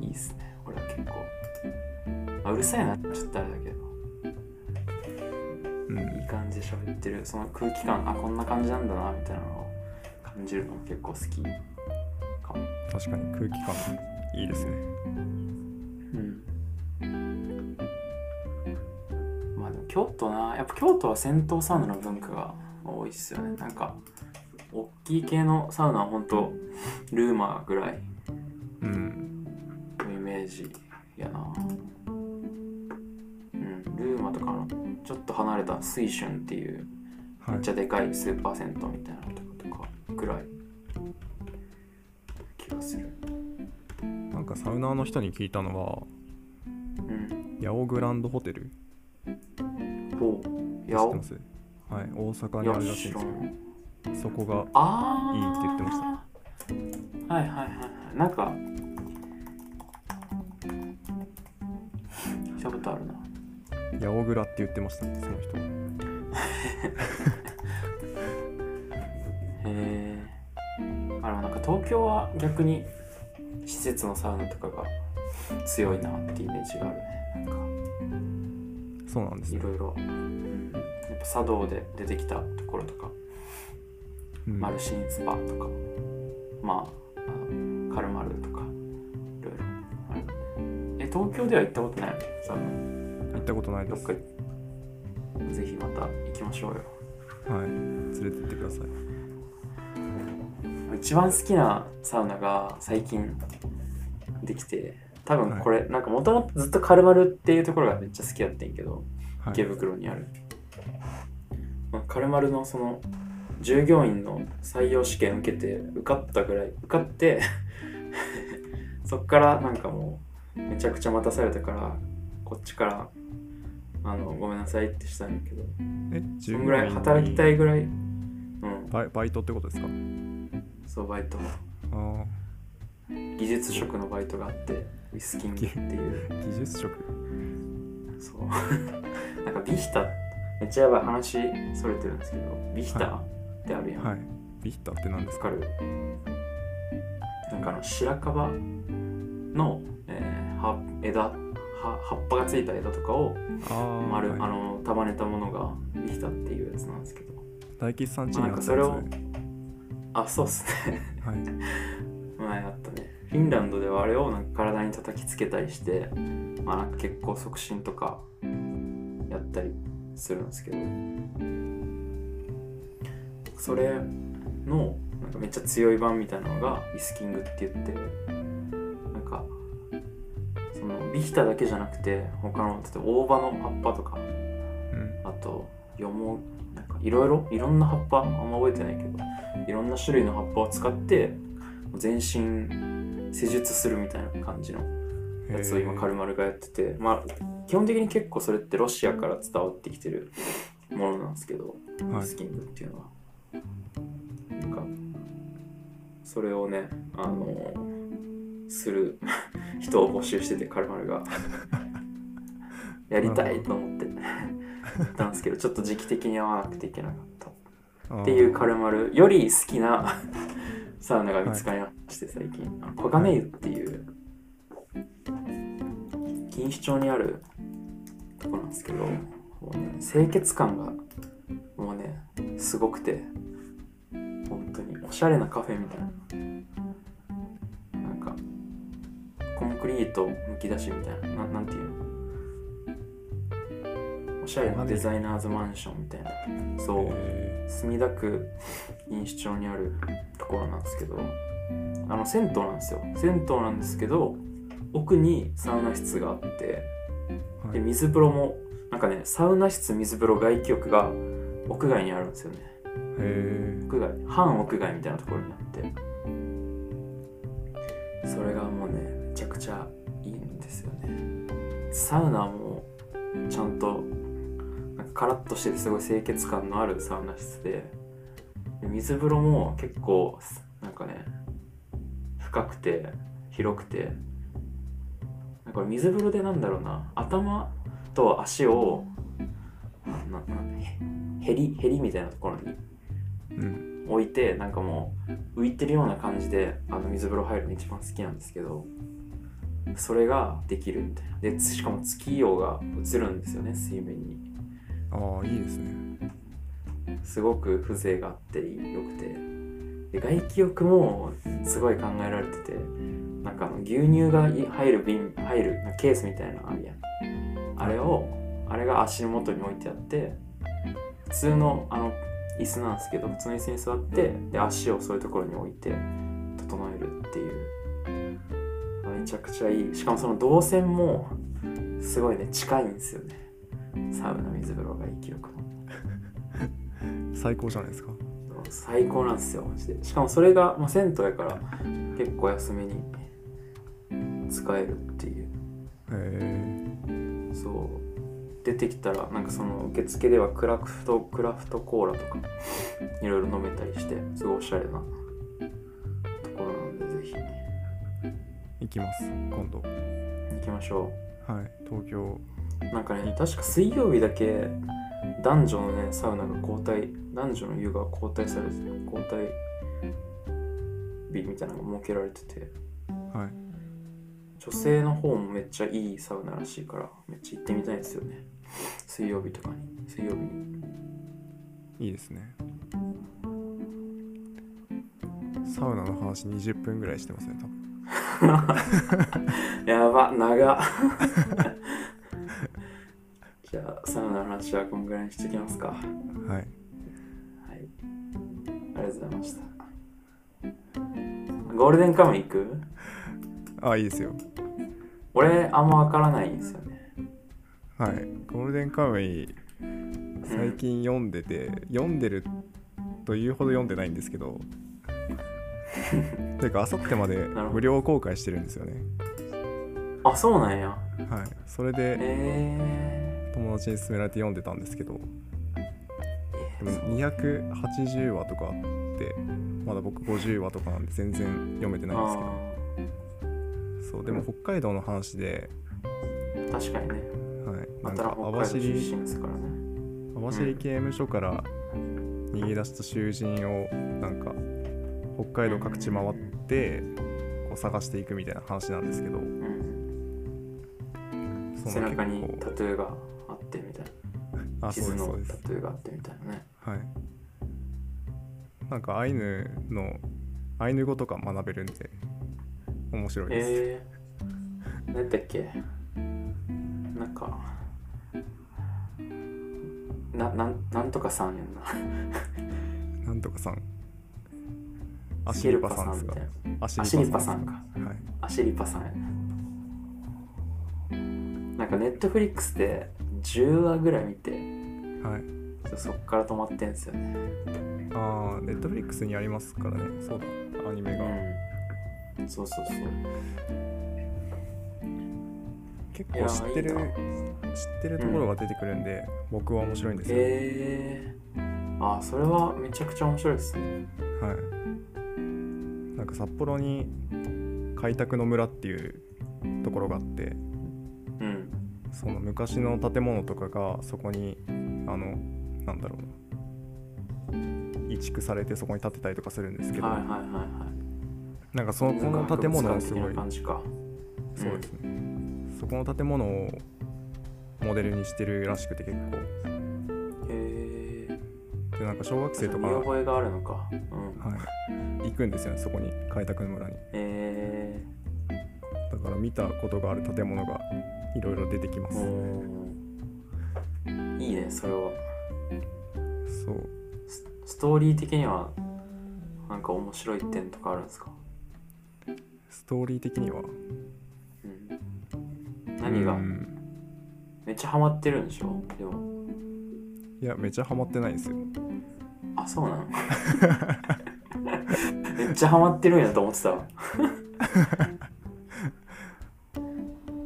[SPEAKER 1] いいっすね俺は結構、まあ、うるさいなちょっとあれだけど
[SPEAKER 2] うん
[SPEAKER 1] いい感じで喋ってるその空気感あこんな感じなんだなみたいなのを感じるのも結構好きかも
[SPEAKER 2] 確かに空気感いいですね
[SPEAKER 1] うんまあでも京都なやっぱ京都は銭湯サウナの文化が多いっすよねなんか大きい系のサウナは本当ルーマーぐらい
[SPEAKER 2] うん
[SPEAKER 1] のイメージやなうんルーマとかのちょっと離れた水春っていう
[SPEAKER 2] は
[SPEAKER 1] め
[SPEAKER 2] い
[SPEAKER 1] っちゃでかいスーパー銭湯みたいなとことかぐらい気がする
[SPEAKER 2] なんかサウナーの人に聞いたのは
[SPEAKER 1] うん
[SPEAKER 2] 八尾グランドホテル
[SPEAKER 1] おや
[SPEAKER 2] 知っ
[SPEAKER 1] お
[SPEAKER 2] てますはい大阪にあるらしいんで
[SPEAKER 1] ろ
[SPEAKER 2] すよそこが
[SPEAKER 1] ああ
[SPEAKER 2] いいって言ってました
[SPEAKER 1] はいはいはいはいなんか *laughs* したことあるな
[SPEAKER 2] 八尾グラって言ってましたねその人
[SPEAKER 1] へえあでもなんか東京は逆に施設のサウナとかが強いなってイメージがあるねなんか
[SPEAKER 2] そうなんです
[SPEAKER 1] い
[SPEAKER 2] ね、
[SPEAKER 1] ろいろうんやっぱ茶道で出てきたところとか
[SPEAKER 2] うん、
[SPEAKER 1] マルシンスパとかまああカルマルとかいろいろあるえ東京では行ったことないよねサウナ
[SPEAKER 2] 行ったことない
[SPEAKER 1] ど
[SPEAKER 2] で
[SPEAKER 1] っ
[SPEAKER 2] す
[SPEAKER 1] か
[SPEAKER 2] はい
[SPEAKER 1] ぜひまた行きましょうよ
[SPEAKER 2] 連れてってください
[SPEAKER 1] 一番好きなサウナが最近できて多分これ、なんかもともとずっとカルマルっていうところがめっちゃ好きやってんけど
[SPEAKER 2] は
[SPEAKER 1] 池
[SPEAKER 2] い
[SPEAKER 1] 袋にある、まあカルマルのその従業員の採用試験受けて受かったぐらい受かって *laughs* そっからなんかもうめちゃくちゃ待たされたからこっちからあのごめんなさいってしたんやけど
[SPEAKER 2] え
[SPEAKER 1] そ
[SPEAKER 2] 従
[SPEAKER 1] んぐらい働きた
[SPEAKER 2] い
[SPEAKER 1] いぐらいうん
[SPEAKER 2] バイバイトってことですか
[SPEAKER 1] そうバイト
[SPEAKER 2] あー
[SPEAKER 1] 技術職のバイトがあってウィスキングっていう
[SPEAKER 2] 技術職
[SPEAKER 1] そう *laughs* なんかビヒタめっちゃやばい話それてるんですけどビヒタってあるやん、
[SPEAKER 2] はいピヒタって何です
[SPEAKER 1] わ
[SPEAKER 2] か
[SPEAKER 1] かるなんかあの白樺の、えー葉枝は葉っぱがついた枝とかを
[SPEAKER 2] あー
[SPEAKER 1] 丸、
[SPEAKER 2] はい
[SPEAKER 1] あの束ねたものがビヒタっていうやつなんですけど
[SPEAKER 2] 大吉さんちにあったやつ
[SPEAKER 1] まあなんか
[SPEAKER 2] ね
[SPEAKER 1] あそうっすね
[SPEAKER 2] はい
[SPEAKER 1] 前あったねフィンランドではあれをなんか体に叩きつけたりして、まあ、なんか血行促進とかやったりするんですけどそれのなんかめっちゃ強い版みたいなのがイスキングって言ってなんかそのビヒタだけじゃなくて他の例えば大葉の葉っぱとか
[SPEAKER 2] うん
[SPEAKER 1] あとよもなんかいろいろいろんな葉っぱあんま覚えてないけどいろんな種類の葉っぱを使って全身施術するみたいな感じのやつを今カルマルがやってて、まあ、基本的に結構それってロシアから伝わってきてるものなんですけど、
[SPEAKER 2] へーはい
[SPEAKER 1] スキングっていうのは。なんかそれをねあのする人を募集しててカルマ *laughs* ルがやりたいと思って言ったんですけどちょっと時期的に合わなくていけなかった
[SPEAKER 2] あー
[SPEAKER 1] っていうカルマルより好きなサウナが見つかりまして最近、あの黄金湯っていう錦糸町にあるとこなんですけどもうね清潔感がもうねすごくて本当におしゃれなカフェみたいななんかコンクリートむき出しみたいなななんていうのおしゃれなデザイナーズマンションみたいなそう
[SPEAKER 2] へ
[SPEAKER 1] 墨田区錦糸町にあるところなんですけどあの銭湯なんですよ銭湯なんですけど奥にサウナ室があって
[SPEAKER 2] ーはい
[SPEAKER 1] で水風呂もなんかねサウナ室水風呂外気浴が屋外にあるんですよね
[SPEAKER 2] へー
[SPEAKER 1] 屋外半屋外みたいなところにあってそれがもうねめちゃくちゃいいんですよねサウナもちゃんとなんかカラッとしててすごい清潔感のあるサウナ室でで水風呂も結構なんかね深くて広くてなんかこれ水風呂でなんだろうな頭と足をななへへりへりみたいなところに
[SPEAKER 2] うん
[SPEAKER 1] 置いてなんかもう浮いてるような感じであの水風呂入るの一番好きなんですけどそれができるみたいなでしかも月夜が映るんですよね水面に
[SPEAKER 2] ああいいですね
[SPEAKER 1] すごく風情があって良くてで外気浴もすごい考えられててなんかあの牛乳がい入る瓶入るケースみたいなのあるやんあれをあれが足元に置いてあって普通のあの椅子なんですけど普通の椅子に座ってで足をそういうところに置いて整えるっていうめちゃくちゃいいしかもその動線もすごいね近いんですよねサウナ水風呂が外気浴の。
[SPEAKER 2] 最高じゃないですか
[SPEAKER 1] 最高なんですよマジでしかもそれが、まあ、銭湯やから結構安めに使えるっていう
[SPEAKER 2] へえ
[SPEAKER 1] そう出てきたらなんかその受付ではクラフトクラフトコーラとかいろいろ飲めたりしてすごいおしゃれなところなんでぜひ行
[SPEAKER 2] 行きます今度
[SPEAKER 1] きましょ
[SPEAKER 2] はい東京
[SPEAKER 1] うなんかね確か水曜日だけ男女のねサウナが交代男女の湯が交代されて交代日みたいなのが設けられてて
[SPEAKER 2] はい
[SPEAKER 1] 女性の方もめっちゃいいサウナらしいからめっちゃ行ってみたいですよね水曜日とかに水曜日に
[SPEAKER 2] いいですねサウナの話20分ぐらいしてますね多分
[SPEAKER 1] やば長っ *laughs* じゃあサウナの話はこんぐらいにしておきますかはい
[SPEAKER 2] はい
[SPEAKER 1] ありがとうございましたゴールデンカムイ行く
[SPEAKER 2] あいいですよ
[SPEAKER 1] 俺あんまわからないんですよね
[SPEAKER 2] はいゴールデンカムイ最近読んでて、読んでるというほど読んでないんです
[SPEAKER 1] *laughs*
[SPEAKER 2] けどていうかあさってまで
[SPEAKER 1] ほど
[SPEAKER 2] 無料公開してるんですよね
[SPEAKER 1] あそうなんや
[SPEAKER 2] はいそれで
[SPEAKER 1] え
[SPEAKER 2] 友達に勧められて読んでたんですけど
[SPEAKER 1] ー、
[SPEAKER 2] でも280話とかあってまだ僕50話とかなんで全然読めてないんですけ
[SPEAKER 1] あ
[SPEAKER 2] どそうでも北海道の話で、
[SPEAKER 1] ー確かにね
[SPEAKER 2] はい、
[SPEAKER 1] ま
[SPEAKER 2] なん
[SPEAKER 1] た
[SPEAKER 2] か
[SPEAKER 1] ら
[SPEAKER 2] 網
[SPEAKER 1] 北海道出
[SPEAKER 2] 走
[SPEAKER 1] 身ですからね
[SPEAKER 2] 網走刑務所から逃げ出した囚人をなんか北海道各地回ってこう探していくみたいな話なんですけど
[SPEAKER 1] うん、
[SPEAKER 2] そ
[SPEAKER 1] 背
[SPEAKER 2] の結
[SPEAKER 1] 中に
[SPEAKER 2] 構
[SPEAKER 1] タトゥーがあってみたいな
[SPEAKER 2] あそう
[SPEAKER 1] 傷
[SPEAKER 2] です
[SPEAKER 1] の
[SPEAKER 2] そうです
[SPEAKER 1] タトゥーがあってみたいなね
[SPEAKER 2] はいなんかアイヌのアイヌ語とか学べるんで面白いです、
[SPEAKER 1] えー、何だっけなんかななんなんとかさんやんな
[SPEAKER 2] なんとかさんア
[SPEAKER 1] ス
[SPEAKER 2] シ
[SPEAKER 1] ケ
[SPEAKER 2] リ
[SPEAKER 1] ル
[SPEAKER 2] パ
[SPEAKER 1] パ
[SPEAKER 2] さ
[SPEAKER 1] さん
[SPEAKER 2] んです
[SPEAKER 1] み
[SPEAKER 2] か
[SPEAKER 1] たいな
[SPEAKER 2] アシ
[SPEAKER 1] アシリパ
[SPEAKER 2] ん
[SPEAKER 1] さんか
[SPEAKER 2] はい
[SPEAKER 1] アシリパさんやななんかネットフリックスで10話ぐらい見て
[SPEAKER 2] はい
[SPEAKER 1] ちょっとそっから止まってんすよね
[SPEAKER 2] ああネットフリックスにありますからねそうだアニメが、
[SPEAKER 1] うんそうそうそうい
[SPEAKER 2] 結
[SPEAKER 1] や
[SPEAKER 2] 構
[SPEAKER 1] ー
[SPEAKER 2] 知ってる
[SPEAKER 1] いいな
[SPEAKER 2] 知ってるところが出てくるんで、僕は面白いんですよ、
[SPEAKER 1] えー、あそれはめちゃくちゃ面白いですね
[SPEAKER 2] はいなんか札幌に開拓の村っていうところがあって
[SPEAKER 1] うん
[SPEAKER 2] その昔の建物とかがそこにあのなんだろうな移築されてそこに建てたりとかするんですけど、
[SPEAKER 1] はいはいはいはい
[SPEAKER 2] なんかそのこ
[SPEAKER 1] なんか
[SPEAKER 2] の建物をす
[SPEAKER 1] 博
[SPEAKER 2] ご
[SPEAKER 1] 物館
[SPEAKER 2] い
[SPEAKER 1] 的な感じか
[SPEAKER 2] そうですね、そこの建物をモデルにしてるらしくて結構
[SPEAKER 1] へえ
[SPEAKER 2] でなんか小学生とか
[SPEAKER 1] 見覚えがあるのかうん
[SPEAKER 2] はい、行くんですよねそこに開拓の村に
[SPEAKER 1] え
[SPEAKER 2] だから見たことがある建物がいろいろ出てきま
[SPEAKER 1] ー、
[SPEAKER 2] す、
[SPEAKER 1] うんいいねそれは
[SPEAKER 2] そう
[SPEAKER 1] スストーリー的にはなんか面白い点とかあるんですか、
[SPEAKER 2] ストーリー的には
[SPEAKER 1] うん、何が
[SPEAKER 2] うん
[SPEAKER 1] めっちゃハマってるんでしょでも
[SPEAKER 2] いやめちゃハマってないんですよ
[SPEAKER 1] あそう *laughs* なのめっちゃハマってるんやと思ってたわ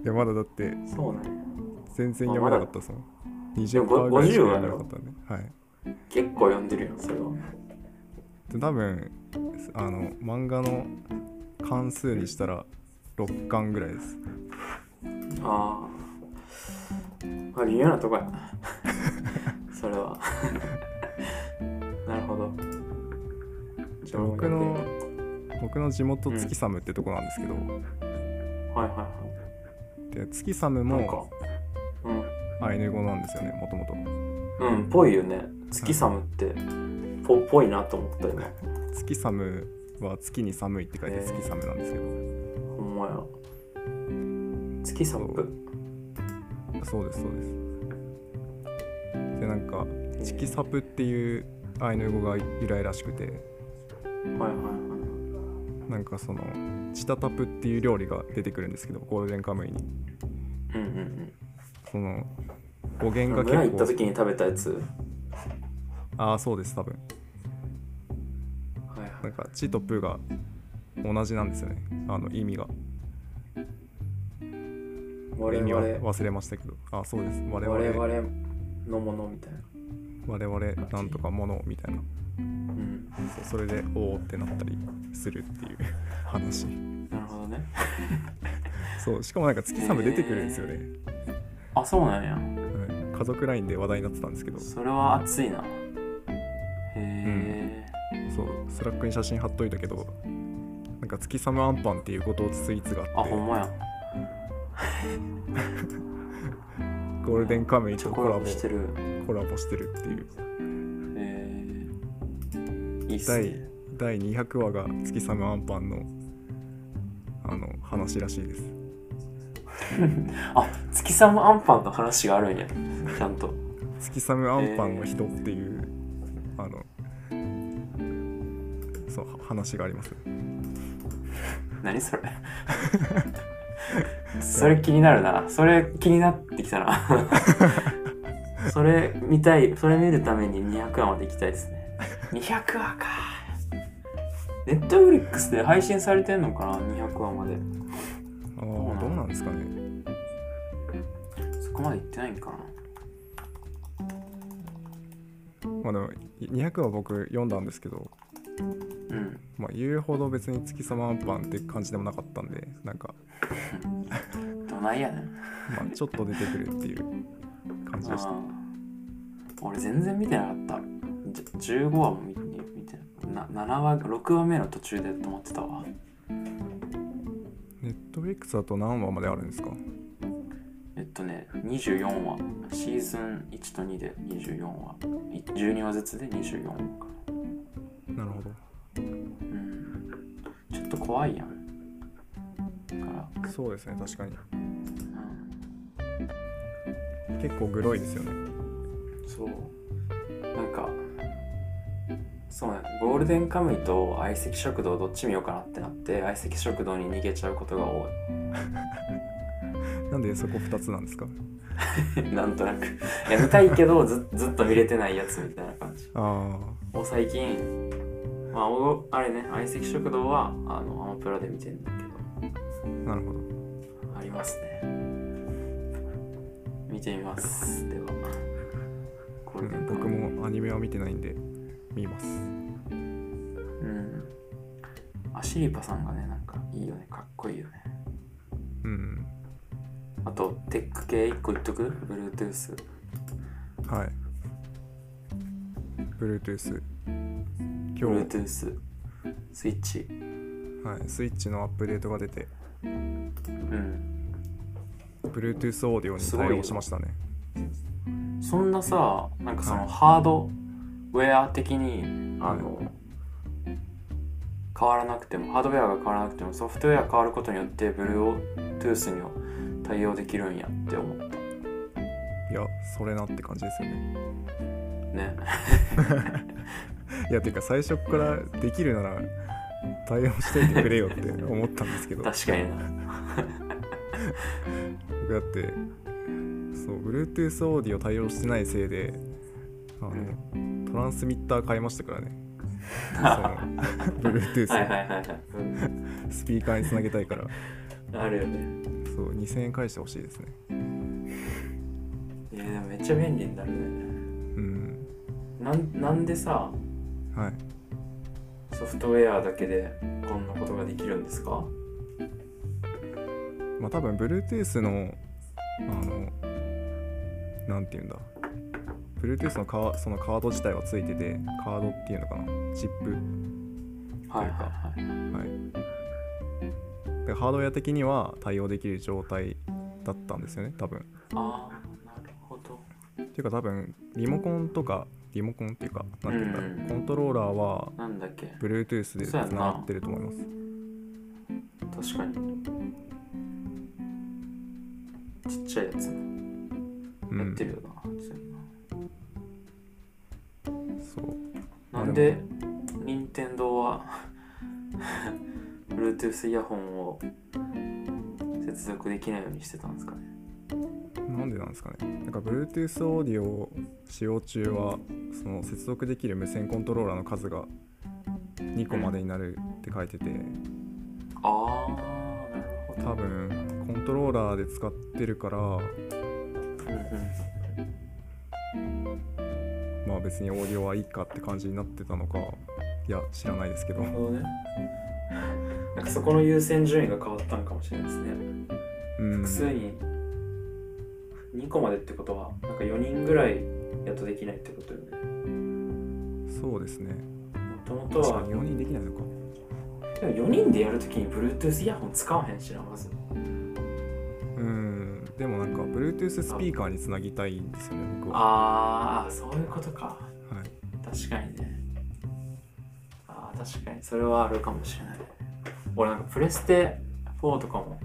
[SPEAKER 2] いやまだだって
[SPEAKER 1] そうなんや
[SPEAKER 2] 全然読めなかったその20%
[SPEAKER 1] でも
[SPEAKER 2] ぐらいしか
[SPEAKER 1] 50
[SPEAKER 2] 読めなかったんで、はい、
[SPEAKER 1] 結構読んでるよそれは
[SPEAKER 2] で多分あの漫画の関数にしたら6巻ぐらいです
[SPEAKER 1] あーまあ微妙なとこや *laughs* それはなるほどじゃあ
[SPEAKER 2] 僕
[SPEAKER 1] もうや
[SPEAKER 2] の
[SPEAKER 1] って
[SPEAKER 2] 僕の地元月寒ってとこなんですけど、
[SPEAKER 1] はいはいは
[SPEAKER 2] で月寒
[SPEAKER 1] いなんか
[SPEAKER 2] も
[SPEAKER 1] うん
[SPEAKER 2] アイヌ語なんですよねもともと
[SPEAKER 1] うん、ぽいよね。月寒って、ぽ、ぽいなと思った今。
[SPEAKER 2] 月寒は月に寒いって書いて
[SPEAKER 1] へー
[SPEAKER 2] 月寒なんですけど、
[SPEAKER 1] ほんまや。月寒く。
[SPEAKER 2] そうですそうですでなんかチキサプっていうアイヌ語が由来らしくて
[SPEAKER 1] はいはいは
[SPEAKER 2] なんかそのチタタプっていう料理が出てくるんですけどゴールデンカムイに
[SPEAKER 1] い。うんうん
[SPEAKER 2] その語源
[SPEAKER 1] うん。
[SPEAKER 2] が
[SPEAKER 1] 村
[SPEAKER 2] 結
[SPEAKER 1] 行った
[SPEAKER 2] 構
[SPEAKER 1] 時に食べたやつ。はい
[SPEAKER 2] ああそうです多分
[SPEAKER 1] は
[SPEAKER 2] ないん。かチとプが同じなんですよねあの意味が
[SPEAKER 1] 我
[SPEAKER 2] 意味は
[SPEAKER 1] 々、
[SPEAKER 2] 忘れましたけどあーそうです我々
[SPEAKER 1] 我々のものみたいな。
[SPEAKER 2] 我々なんとかものみたいな
[SPEAKER 1] うん。
[SPEAKER 2] そうそれでおおってなったりするっていう話
[SPEAKER 1] なるほどね。
[SPEAKER 2] そうしかもなんか月サム出てくるんですよね、
[SPEAKER 1] あ、そうなんや。
[SPEAKER 2] はい家族 LINE で話題になってたんですけどそ
[SPEAKER 1] それは熱いな。へ
[SPEAKER 2] うスラックに写真貼っといたけどなんか月サムアンパンっていうご当地スイーツが
[SPEAKER 1] え。
[SPEAKER 2] あ
[SPEAKER 1] あ、
[SPEAKER 2] って
[SPEAKER 1] ほんまや。
[SPEAKER 2] ゴールデンカムイ
[SPEAKER 1] チ
[SPEAKER 2] と
[SPEAKER 1] ョ
[SPEAKER 2] コ
[SPEAKER 1] コ
[SPEAKER 2] ラ
[SPEAKER 1] ラ
[SPEAKER 2] ボ
[SPEAKER 1] ボしてる。
[SPEAKER 2] コラボしてるっていう
[SPEAKER 1] へえ。いいっす
[SPEAKER 2] 第
[SPEAKER 1] ね。
[SPEAKER 2] 第200話が月サムアンパンのあの話らしいです
[SPEAKER 1] あ、月寒アンパンの話があるんや。ちゃんと。
[SPEAKER 2] 月サムアンパンの人っていう、あのそうは話があります
[SPEAKER 1] 何それそれ気になるなそれ気になってきた *laughs* なそれ見たいそれ見るために200話まで行きたいですね200話かネットフリックスで配信されてんのかな200話まで
[SPEAKER 2] ああ
[SPEAKER 1] うなん
[SPEAKER 2] どうなんですかね
[SPEAKER 1] そこまで行ってないんかな
[SPEAKER 2] まあでも200話僕読んだんですけど
[SPEAKER 1] うん
[SPEAKER 2] まあ、言うほど別に月様アンパンって感じでもなかったんでなんか、
[SPEAKER 1] どないやねん
[SPEAKER 2] まあ、ちょっと出てくるっていう感じ
[SPEAKER 1] あ
[SPEAKER 2] でした
[SPEAKER 1] ー俺全然見てなかったじゃ15話も見見てな7話6話目の途中で止まってたわ
[SPEAKER 2] ネットフリックスだと何話まであるんですか
[SPEAKER 1] えっとね24話シーズン1と2で24話い12話ずつで24話かな
[SPEAKER 2] なるほど
[SPEAKER 1] うんちょっと怖いやんだから、
[SPEAKER 2] そうですね確かに
[SPEAKER 1] う
[SPEAKER 2] 結構グロいですよね
[SPEAKER 1] ん、そうなんかそうねゴールデンカムイと相席食堂どっち見ようかなってなって相席食堂に逃げちゃうことが多い
[SPEAKER 2] なんでそこ2つなんですか
[SPEAKER 1] *laughs* なんとなくいや見たいけどずずっと見れてないやつみたいな感じ
[SPEAKER 2] あ
[SPEAKER 1] もう最近まあおあれね相席食堂はあのアマプラで見てるんだけど
[SPEAKER 2] あなるほど
[SPEAKER 1] ありますね見てみますではこれで
[SPEAKER 2] 僕もアニメは見てないんで見ます
[SPEAKER 1] うんアシリパさんがねなんかいいよねかっこいいよね
[SPEAKER 2] うん
[SPEAKER 1] あとテック系1個言っとく Bluetooth
[SPEAKER 2] はい Bluetooth 今日
[SPEAKER 1] Bluetooth スイッチ
[SPEAKER 2] はい、スイッチのアップデートが出て
[SPEAKER 1] うん
[SPEAKER 2] Bluetooth オーディオに対応しましたね
[SPEAKER 1] そんなさなんかその
[SPEAKER 2] はい
[SPEAKER 1] ハードウェア的にあの変わらなくてもハードウェアが変わらなくてもソフトウェア変わることによって Bluetooth には対応できるんやって思った
[SPEAKER 2] いやそれなって感じですよね
[SPEAKER 1] *laughs* ね
[SPEAKER 2] いやてか最初っからできるなら対応しといてくれよって思ったんですけど
[SPEAKER 1] 確かにな
[SPEAKER 2] 僕だってそう Bluetooth オーディオ対応してないせいであの、トランスミッター買いまし
[SPEAKER 1] *laughs*
[SPEAKER 2] たからねその Bluetooth
[SPEAKER 1] はいはい
[SPEAKER 2] の
[SPEAKER 1] はいはい、うん
[SPEAKER 2] スピーカーにつなげたいから
[SPEAKER 1] あるよね
[SPEAKER 2] そう2000円返してほしいですね
[SPEAKER 1] いやでもめっちゃ便利になるね
[SPEAKER 2] うん
[SPEAKER 1] なんなんでさ
[SPEAKER 2] はい
[SPEAKER 1] ソフトウェアだけでこんなことができるんですか
[SPEAKER 2] まあ多分 Bluetooth のあのなんて言うんだ Bluetooth のカーそのカード自体はついててカードっていうのかなチップ
[SPEAKER 1] はいはいはい
[SPEAKER 2] はいでハードウェア的には対応できる状態だったんですよね多分
[SPEAKER 1] ああなるほど
[SPEAKER 2] っていうか多分リモコンとかリモコンっていうかなんていうんだろう、
[SPEAKER 1] うん
[SPEAKER 2] コントローラーは
[SPEAKER 1] なんだっけ
[SPEAKER 2] Bluetooth でつながってると思います
[SPEAKER 1] 確かにちっちゃいやつな、
[SPEAKER 2] うん
[SPEAKER 1] やってるよなそういう
[SPEAKER 2] そう
[SPEAKER 1] の
[SPEAKER 2] あ
[SPEAKER 1] なんで任天堂は Bluetooth イヤホンを接続できないようにしてたんですかね
[SPEAKER 2] なんでなんですかねなんか Bluetooth オーディオ使用中はその接続できる無線コントローラーの数が2個までになるって書いてて
[SPEAKER 1] ああなるほど
[SPEAKER 2] 多分コントローラーで使ってるから
[SPEAKER 1] うんうん
[SPEAKER 2] まあ別にオーディオはいいかって感じになってたのかいや知らないですけど
[SPEAKER 1] なるほどねなんかそこの優先順位が変わったのかもしれないですね
[SPEAKER 2] うん
[SPEAKER 1] 複数に2個までってことはなんか4人ぐらいやっとできないってことよね
[SPEAKER 2] そうですね
[SPEAKER 1] もともと
[SPEAKER 2] 確か
[SPEAKER 1] は
[SPEAKER 2] に4人できないのか
[SPEAKER 1] でも4人でやるときに Bluetooth イヤホン使わへんしなまず
[SPEAKER 2] うんでもなんか Bluetooth スピーカーにつなぎたいんですよね僕は、
[SPEAKER 1] ああそういうことか
[SPEAKER 2] はい、
[SPEAKER 1] 確かにねああ確かにそれはあるかもしれない俺なんかプレステ4とかも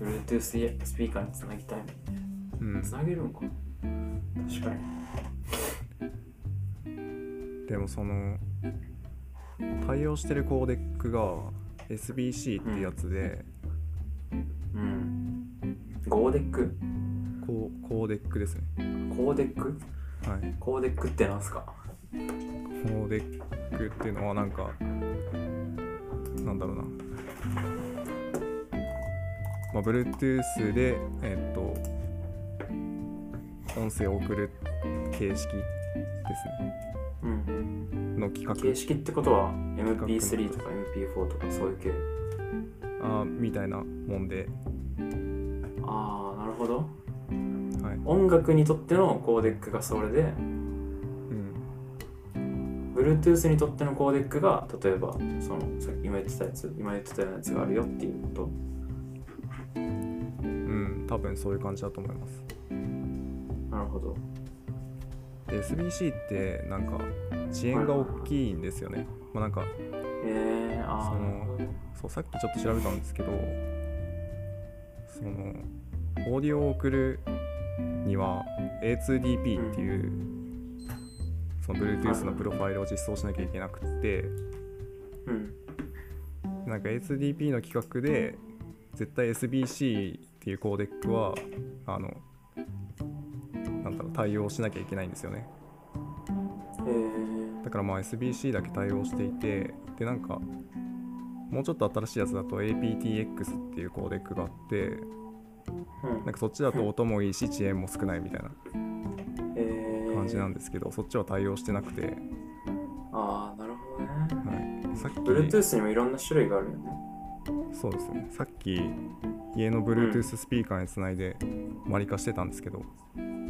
[SPEAKER 1] Bluetooth スピーカーにつなぎたいもんね
[SPEAKER 2] うん
[SPEAKER 1] つ、なげるんかな確かに
[SPEAKER 2] でもその対応してるコーデックが SBC ってやつで、
[SPEAKER 1] うんゴーデック
[SPEAKER 2] こうコーデックですね
[SPEAKER 1] コーデック
[SPEAKER 2] はい
[SPEAKER 1] コーデックってなんすか
[SPEAKER 2] コーデックっていうのはなんかなんだろうなまあ Bluetooth でえっと音声を送る形式ですね
[SPEAKER 1] うん
[SPEAKER 2] の企画
[SPEAKER 1] 形式ってことは MP3 とか MP4 とかそういう系
[SPEAKER 2] あーみたいなもんで、
[SPEAKER 1] ああなるほど
[SPEAKER 2] はい
[SPEAKER 1] 音楽にとってのコーデックがそれで
[SPEAKER 2] うん、
[SPEAKER 1] Bluetooth にとってのコーデックが例えばそのさっき今言ってたやつ今言ってたようなやつがあるよっていうこと
[SPEAKER 2] うん多分そういう感じだと思います
[SPEAKER 1] なるほど
[SPEAKER 2] で SBC ってなんか遅延が大きいんですよね、まあ、なんか
[SPEAKER 1] えー、あ
[SPEAKER 2] そ
[SPEAKER 1] あ
[SPEAKER 2] のそうさっきちょっと調べたんですけどそのオーディオを送るには A2DP っていう、その Bluetooth のプロファイルを実装しなきゃいけなくって
[SPEAKER 1] うん
[SPEAKER 2] なんか A2DP の規格で絶対 SBC っていうコーデックはあのなんだろう対応しなきゃいけないんですよね
[SPEAKER 1] えー、
[SPEAKER 2] だからまあ SBC だけ対応していてでなんかもうちょっと新しいやつだと APTX っていうコーデックがあって
[SPEAKER 1] うん
[SPEAKER 2] なんかそっちだと音もいいし遅延も少ないみたいな
[SPEAKER 1] えー、
[SPEAKER 2] 感じなん
[SPEAKER 1] で
[SPEAKER 2] ですけどそっちは対応してなくて、
[SPEAKER 1] あ
[SPEAKER 2] は
[SPEAKER 1] あなるほどね
[SPEAKER 2] い、さっき
[SPEAKER 1] Bluetooth にもいろんな種類があるよね
[SPEAKER 2] そうですねさっき家の Bluetooth スピーカーにつないでマリカしてたんですけど
[SPEAKER 1] うん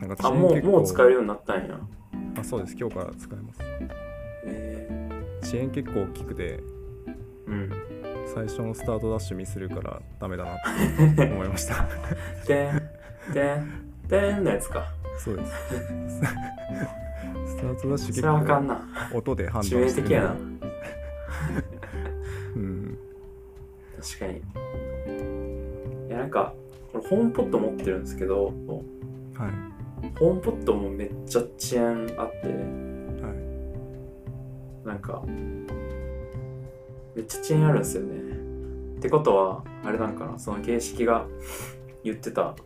[SPEAKER 2] なんか
[SPEAKER 1] あ
[SPEAKER 2] 遅延
[SPEAKER 1] もう
[SPEAKER 2] 結構
[SPEAKER 1] もう使えるようになったんや
[SPEAKER 2] あそうです今日から使えま
[SPEAKER 1] え
[SPEAKER 2] す遅延結構大きくて
[SPEAKER 1] ー、う
[SPEAKER 2] *laughs*
[SPEAKER 1] ん
[SPEAKER 2] 最初のスタートダッシュミスるからダメだなって思いました
[SPEAKER 1] *laughs* でんでんでんのやつか
[SPEAKER 2] そうですスタートダッシ
[SPEAKER 1] そ
[SPEAKER 2] ュ結
[SPEAKER 1] れはあかん
[SPEAKER 2] 構
[SPEAKER 1] な
[SPEAKER 2] 音で判断
[SPEAKER 1] 致
[SPEAKER 2] してる
[SPEAKER 1] 命的やな
[SPEAKER 2] うん
[SPEAKER 1] 確かにいやなんか俺ホームポット持ってるんですけどホ
[SPEAKER 2] はい
[SPEAKER 1] ームポットもめっちゃ遅延あって
[SPEAKER 2] はい
[SPEAKER 1] なんかめっちゃ遅延あるんですよねってことはあれなんかなその形式が言ってた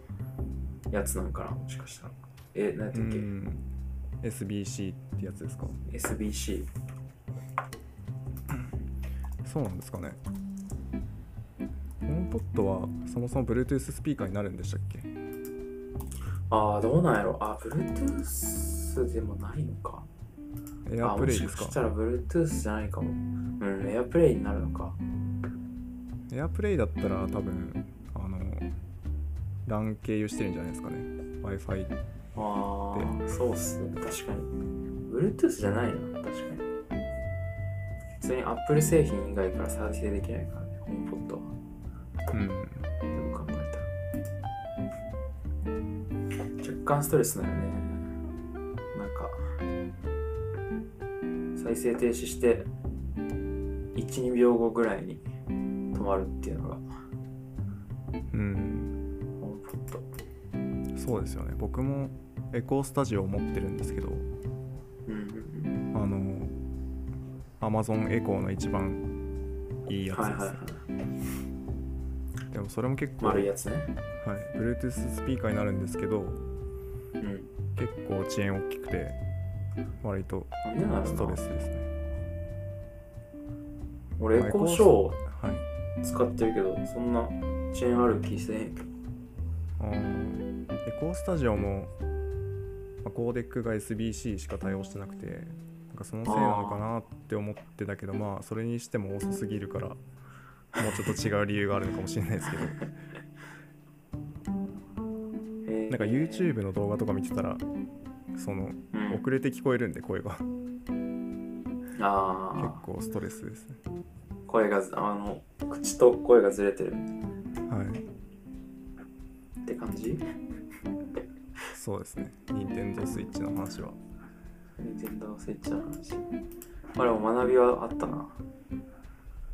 [SPEAKER 1] やつなんかなもしかしたらえ何やった
[SPEAKER 2] う
[SPEAKER 1] っけ、
[SPEAKER 2] ん SBC ってやつですか
[SPEAKER 1] SBC
[SPEAKER 2] そうなんですかねホームポットはそもそも Bluetooth スピーカーになるんでしたっけ
[SPEAKER 1] ああどうなんやろあ Bluetooth でもないのか
[SPEAKER 2] エ
[SPEAKER 1] あ
[SPEAKER 2] アプレイです
[SPEAKER 1] もし
[SPEAKER 2] か
[SPEAKER 1] かしたら Bluetooth じゃないかもうん AirPlay になるのか
[SPEAKER 2] エアプレイだったら多分あの LAN 経由してるんじゃないですかね w i f i
[SPEAKER 1] ああ、そうっすね、確かに。Bluetooth じゃないな、確かに。普通に Apple 製品以外から再生できないからね、ホームポットは。
[SPEAKER 2] うん
[SPEAKER 1] よく考えたら。若干ストレスなよね。なんか、再生停止して、1、2秒後ぐらいに止まるっていうのが、
[SPEAKER 2] うん
[SPEAKER 1] ホームポット。
[SPEAKER 2] そうですよね僕もエコースタジオを持ってるんですけど
[SPEAKER 1] うん
[SPEAKER 2] あ
[SPEAKER 1] うん
[SPEAKER 2] の Amazon エコーの一番いい
[SPEAKER 1] うん。
[SPEAKER 2] やつ
[SPEAKER 1] はい
[SPEAKER 2] で
[SPEAKER 1] は
[SPEAKER 2] す、
[SPEAKER 1] いはい。
[SPEAKER 2] でもそれも結構、は
[SPEAKER 1] 丸
[SPEAKER 2] い
[SPEAKER 1] い、やつね。
[SPEAKER 2] Bluetooth スピーカーになるんですけど
[SPEAKER 1] うん。
[SPEAKER 2] 結構遅延大きくて割と
[SPEAKER 1] なんでなんだ
[SPEAKER 2] ス
[SPEAKER 1] ろ
[SPEAKER 2] ト
[SPEAKER 1] うな
[SPEAKER 2] レスですね
[SPEAKER 1] 俺、エコーショーを
[SPEAKER 2] はい
[SPEAKER 1] 使ってるけどそんな遅延ある気せえへんけど
[SPEAKER 2] あーエコースタジオも、まあコーデックが SBC しか対応してなくてなんかそのせいなのかなって思ってたけどまあそれにしても遅すぎるからもうちょっと違う理由があるのかもしれないですけど *laughs*
[SPEAKER 1] えー
[SPEAKER 2] なんか YouTube の動画とか見てたらその
[SPEAKER 1] うん
[SPEAKER 2] 遅れて聞こえるんで声が結
[SPEAKER 1] ああ
[SPEAKER 2] 構ストレスですね
[SPEAKER 1] 声がずあの口と声がずれてる
[SPEAKER 2] はい
[SPEAKER 1] って感じ
[SPEAKER 2] そうですね NintendoSwitch の話は
[SPEAKER 1] Nintendo Switch の話まあでも学びはあったな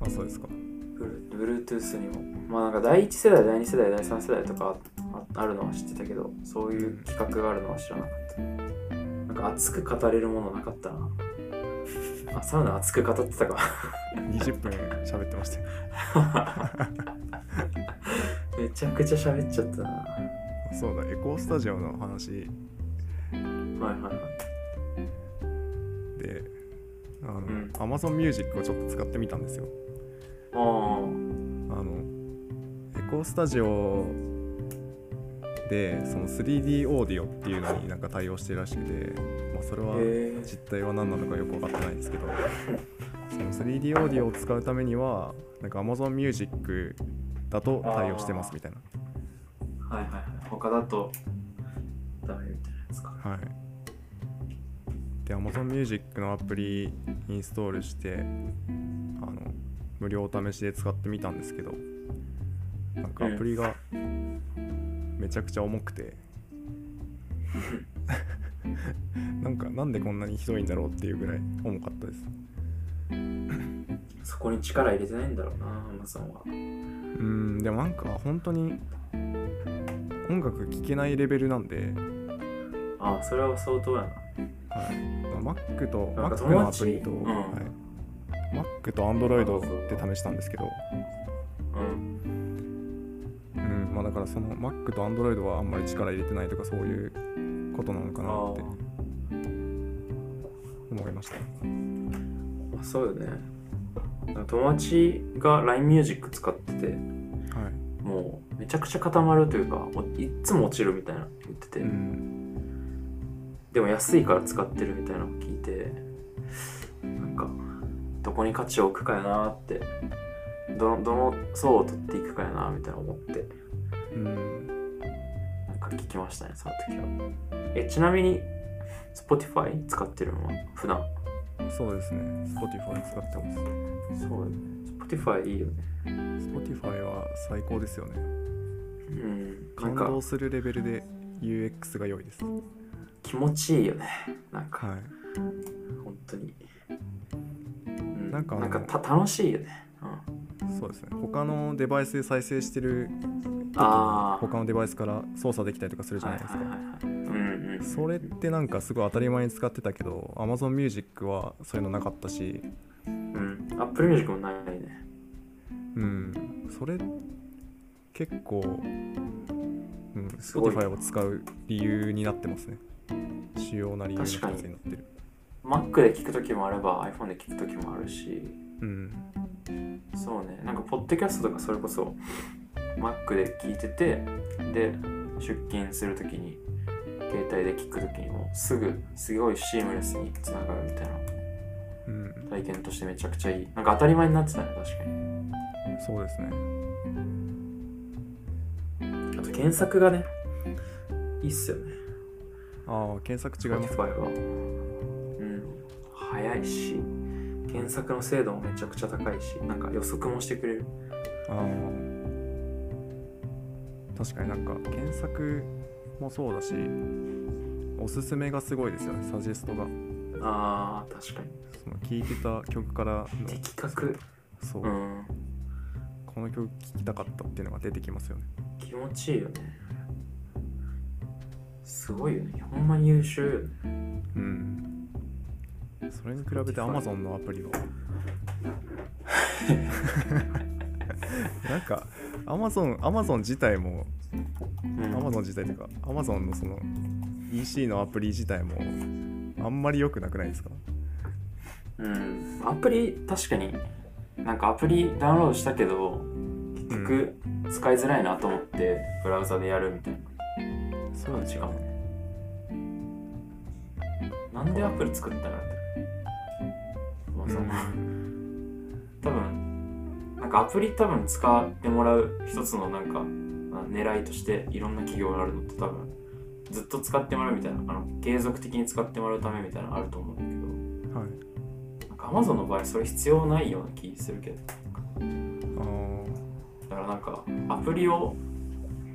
[SPEAKER 2] あそうですか
[SPEAKER 1] Blu- Bluetooth にもまあなんか第一世代第二世代第三世代とかああるのは知ってたけどそういう企画があるのは知らなかったなんか熱く語れるものなかったなあサウナ熱く語ってたか
[SPEAKER 2] 20分喋ってましたよ
[SPEAKER 1] めちゃくちゃ喋っちゃったなは
[SPEAKER 2] あそうだエコースタジオの話
[SPEAKER 1] いはいはい
[SPEAKER 2] であの、
[SPEAKER 1] ん
[SPEAKER 2] Amazon Music をちょっと使ってみたんですよ
[SPEAKER 1] ああ
[SPEAKER 2] あのエコースタジオでその 3D オーディオっていうのになんか対応してるらしくて、まあ、それは
[SPEAKER 1] へえ
[SPEAKER 2] 実態は何なのかよく分かってないんですけどその 3D オーディオを使うためにはなんか Amazon Music だと対応してますみたいな
[SPEAKER 1] はいはいはい。他だとダメみたいなやつか。
[SPEAKER 2] はい。でで Amazon Music のアプリインストールしてあの無料試しで使ってみたんですけどなんかアプリがめちゃくちゃ重くて *laughs* なんかなんでこんなにひどいんだろうっていうぐらい重かったです
[SPEAKER 1] そこに力入れてないんだろうな、アマゾンは。
[SPEAKER 2] うんでもなんか本当に音楽聴けないレベルなんで、
[SPEAKER 1] ああ、それは相当やな。
[SPEAKER 2] はい、まあ Mac と
[SPEAKER 1] なんか
[SPEAKER 2] Mac
[SPEAKER 1] 友
[SPEAKER 2] のア
[SPEAKER 1] 達
[SPEAKER 2] プリと、
[SPEAKER 1] うん
[SPEAKER 2] はい、Mac と Android で試したんですけど、
[SPEAKER 1] うん。
[SPEAKER 2] うんまあ、だからその Mac と Android はあんまり力入れてないとかそういうことなのかなって思いました
[SPEAKER 1] あそうよね。なんか友達が LINE ミュージック使ってて、
[SPEAKER 2] はい、
[SPEAKER 1] もうめちゃくちゃ固まるというか、おいっつも落ちるみたいな言ってて、
[SPEAKER 2] うん、
[SPEAKER 1] でも安いから使ってるみたいなのを聞いて、なんか、どこに価値を置くかやなーって、どのどの層を取っていくかやなーみたいな思って、
[SPEAKER 2] うん、
[SPEAKER 1] なんか聞きましたね、その時は。え、ちなみに、Spotify 使ってるのは普段
[SPEAKER 2] そうですね Spotify 使ってます
[SPEAKER 1] そうよね。Spotify いいよね。
[SPEAKER 2] Spotify は最高ですよね
[SPEAKER 1] うん。なん
[SPEAKER 2] 感
[SPEAKER 1] か
[SPEAKER 2] 動するレベルで UX が良いです
[SPEAKER 1] 気持ちいいよね。なんか
[SPEAKER 2] はい
[SPEAKER 1] 本当に。うん
[SPEAKER 2] なんかあの
[SPEAKER 1] た楽しいよね。うん、
[SPEAKER 2] そうですね他のデバイスで再生してる
[SPEAKER 1] ああ。
[SPEAKER 2] 他のデバイスから操作できたりとかするじゃ
[SPEAKER 1] は
[SPEAKER 2] ない
[SPEAKER 1] はいい
[SPEAKER 2] です
[SPEAKER 1] は
[SPEAKER 2] か、
[SPEAKER 1] いはい。うんうん。
[SPEAKER 2] それってなんかすごい当たり前に使ってたけど Amazon Music はそういうのなかったし
[SPEAKER 1] うん。Apple Music もないね。
[SPEAKER 2] うんそれ結構、うん、
[SPEAKER 1] すごい
[SPEAKER 2] Spotify を使う理由になってますね主要な理由の一つ
[SPEAKER 1] 確かに
[SPEAKER 2] になってる
[SPEAKER 1] Mac で聞くときもあれば iPhone で聞くときもあるし、
[SPEAKER 2] うん
[SPEAKER 1] そうね。なんか、ポッドキャストとかそれこそ Mac で聞いてて、で、出勤するときに、携帯で聞くときにもすぐすごいシームレスにつながるみたいな
[SPEAKER 2] うん
[SPEAKER 1] 体験としてめちゃくちゃいいなんか当たり前になってたね確かに
[SPEAKER 2] そうですね
[SPEAKER 1] あと検索がねいいっすよね
[SPEAKER 2] ああ検索違います
[SPEAKER 1] Spotify はうん早いし検索の精度もめちゃくちゃ高いしなんか予測もしてくれる
[SPEAKER 2] あー確かになんか検索もそうだしおすすめがすごいですよねサジェストが
[SPEAKER 1] あー確かに
[SPEAKER 2] その聴いてた曲からの
[SPEAKER 1] 的確
[SPEAKER 2] そう、
[SPEAKER 1] うん
[SPEAKER 2] この曲聴きたかったっていうのが出てきますよね
[SPEAKER 1] 気持ちいいよねすごいよねほんまに優秀よね
[SPEAKER 2] うんそれに比べて
[SPEAKER 1] Spotify
[SPEAKER 2] Amazon のア *laughs* プリはなんか Amazon, Amazon 自体も
[SPEAKER 1] うん、
[SPEAKER 2] Amazon 自体というか Amazon のその EC のアプリ自体もあんまり良くなくないですか
[SPEAKER 1] うん、アプリ確かになんかアプリダウンロードしたけど結局使いづらいなと思ってブラウザでやるみたい
[SPEAKER 2] そ
[SPEAKER 1] な感じかもねなんでアプリ作ったんだろうねまあその多分なんかアプリ多分使ってもらう一つのなんかあ狙いとしていろんな企業があるのって多分ずっと使ってもらうみたいなあの継続的に使ってもらうためみたいなのあると思うんだけど
[SPEAKER 2] はい
[SPEAKER 1] なんか Amazon の場合それ必要ないような気するけど
[SPEAKER 2] あ
[SPEAKER 1] だからなんかアプリを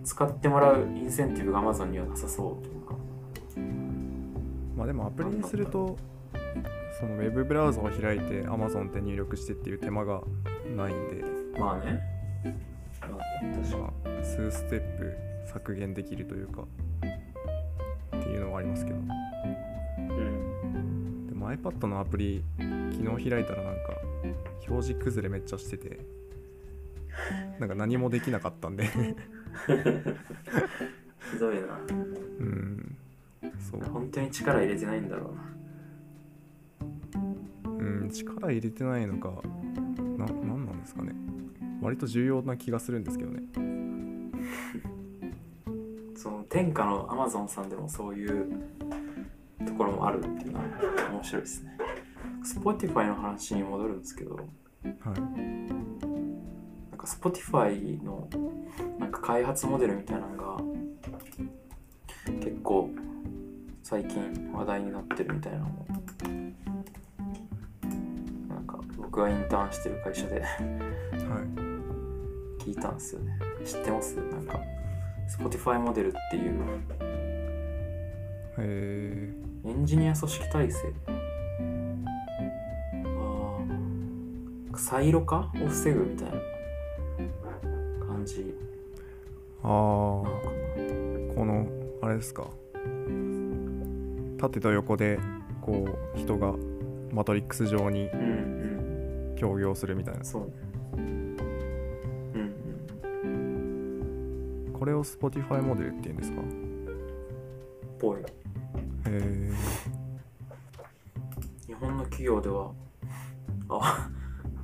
[SPEAKER 1] 使ってもらうインセンティブが Amazon にはなさそうというか
[SPEAKER 2] ーまあでもアプリにするとそのウェブブラウザを開いて Amazon って入力してっていう手間がないんで、
[SPEAKER 1] まあねまあ確か
[SPEAKER 2] まあ、数ステップ削減できるというかっていうのはありますけど
[SPEAKER 1] にうん
[SPEAKER 2] でも iPad のアプリ昨日開いたらなんか表示崩れめっちゃしててなんか何もできなかったんで
[SPEAKER 1] ひどいな
[SPEAKER 2] うんそう
[SPEAKER 1] 本当に力入れてないんだろうな
[SPEAKER 2] うん力入れてないのかななんなんですかね割と重要な気がするんですけどね
[SPEAKER 1] その天下の Amazon さんでもそういうところもあるっていうのは面白いですね Spotify の話に戻るんですけど
[SPEAKER 2] はい
[SPEAKER 1] なんか Spotify のなんか開発モデルみたいなのが結構最近話題になってるみたいなのもなんか僕がインターンしてる会社で
[SPEAKER 2] はい
[SPEAKER 1] 聞いたんですよね知ってますなんか Spotify モデルっていう
[SPEAKER 2] え
[SPEAKER 1] エンジニア組織体制ああサイロ化を防ぐみたいな感じ
[SPEAKER 2] ー、あ
[SPEAKER 1] な
[SPEAKER 2] あ
[SPEAKER 1] のかな
[SPEAKER 2] このあれですか縦と横でこう人がマトリックス上に
[SPEAKER 1] うんうん
[SPEAKER 2] 協業するみたいな
[SPEAKER 1] そうねうんうん
[SPEAKER 2] これを Spotify モデルっていうんですか
[SPEAKER 1] ぽい
[SPEAKER 2] へえ
[SPEAKER 1] 日本の企業ではあ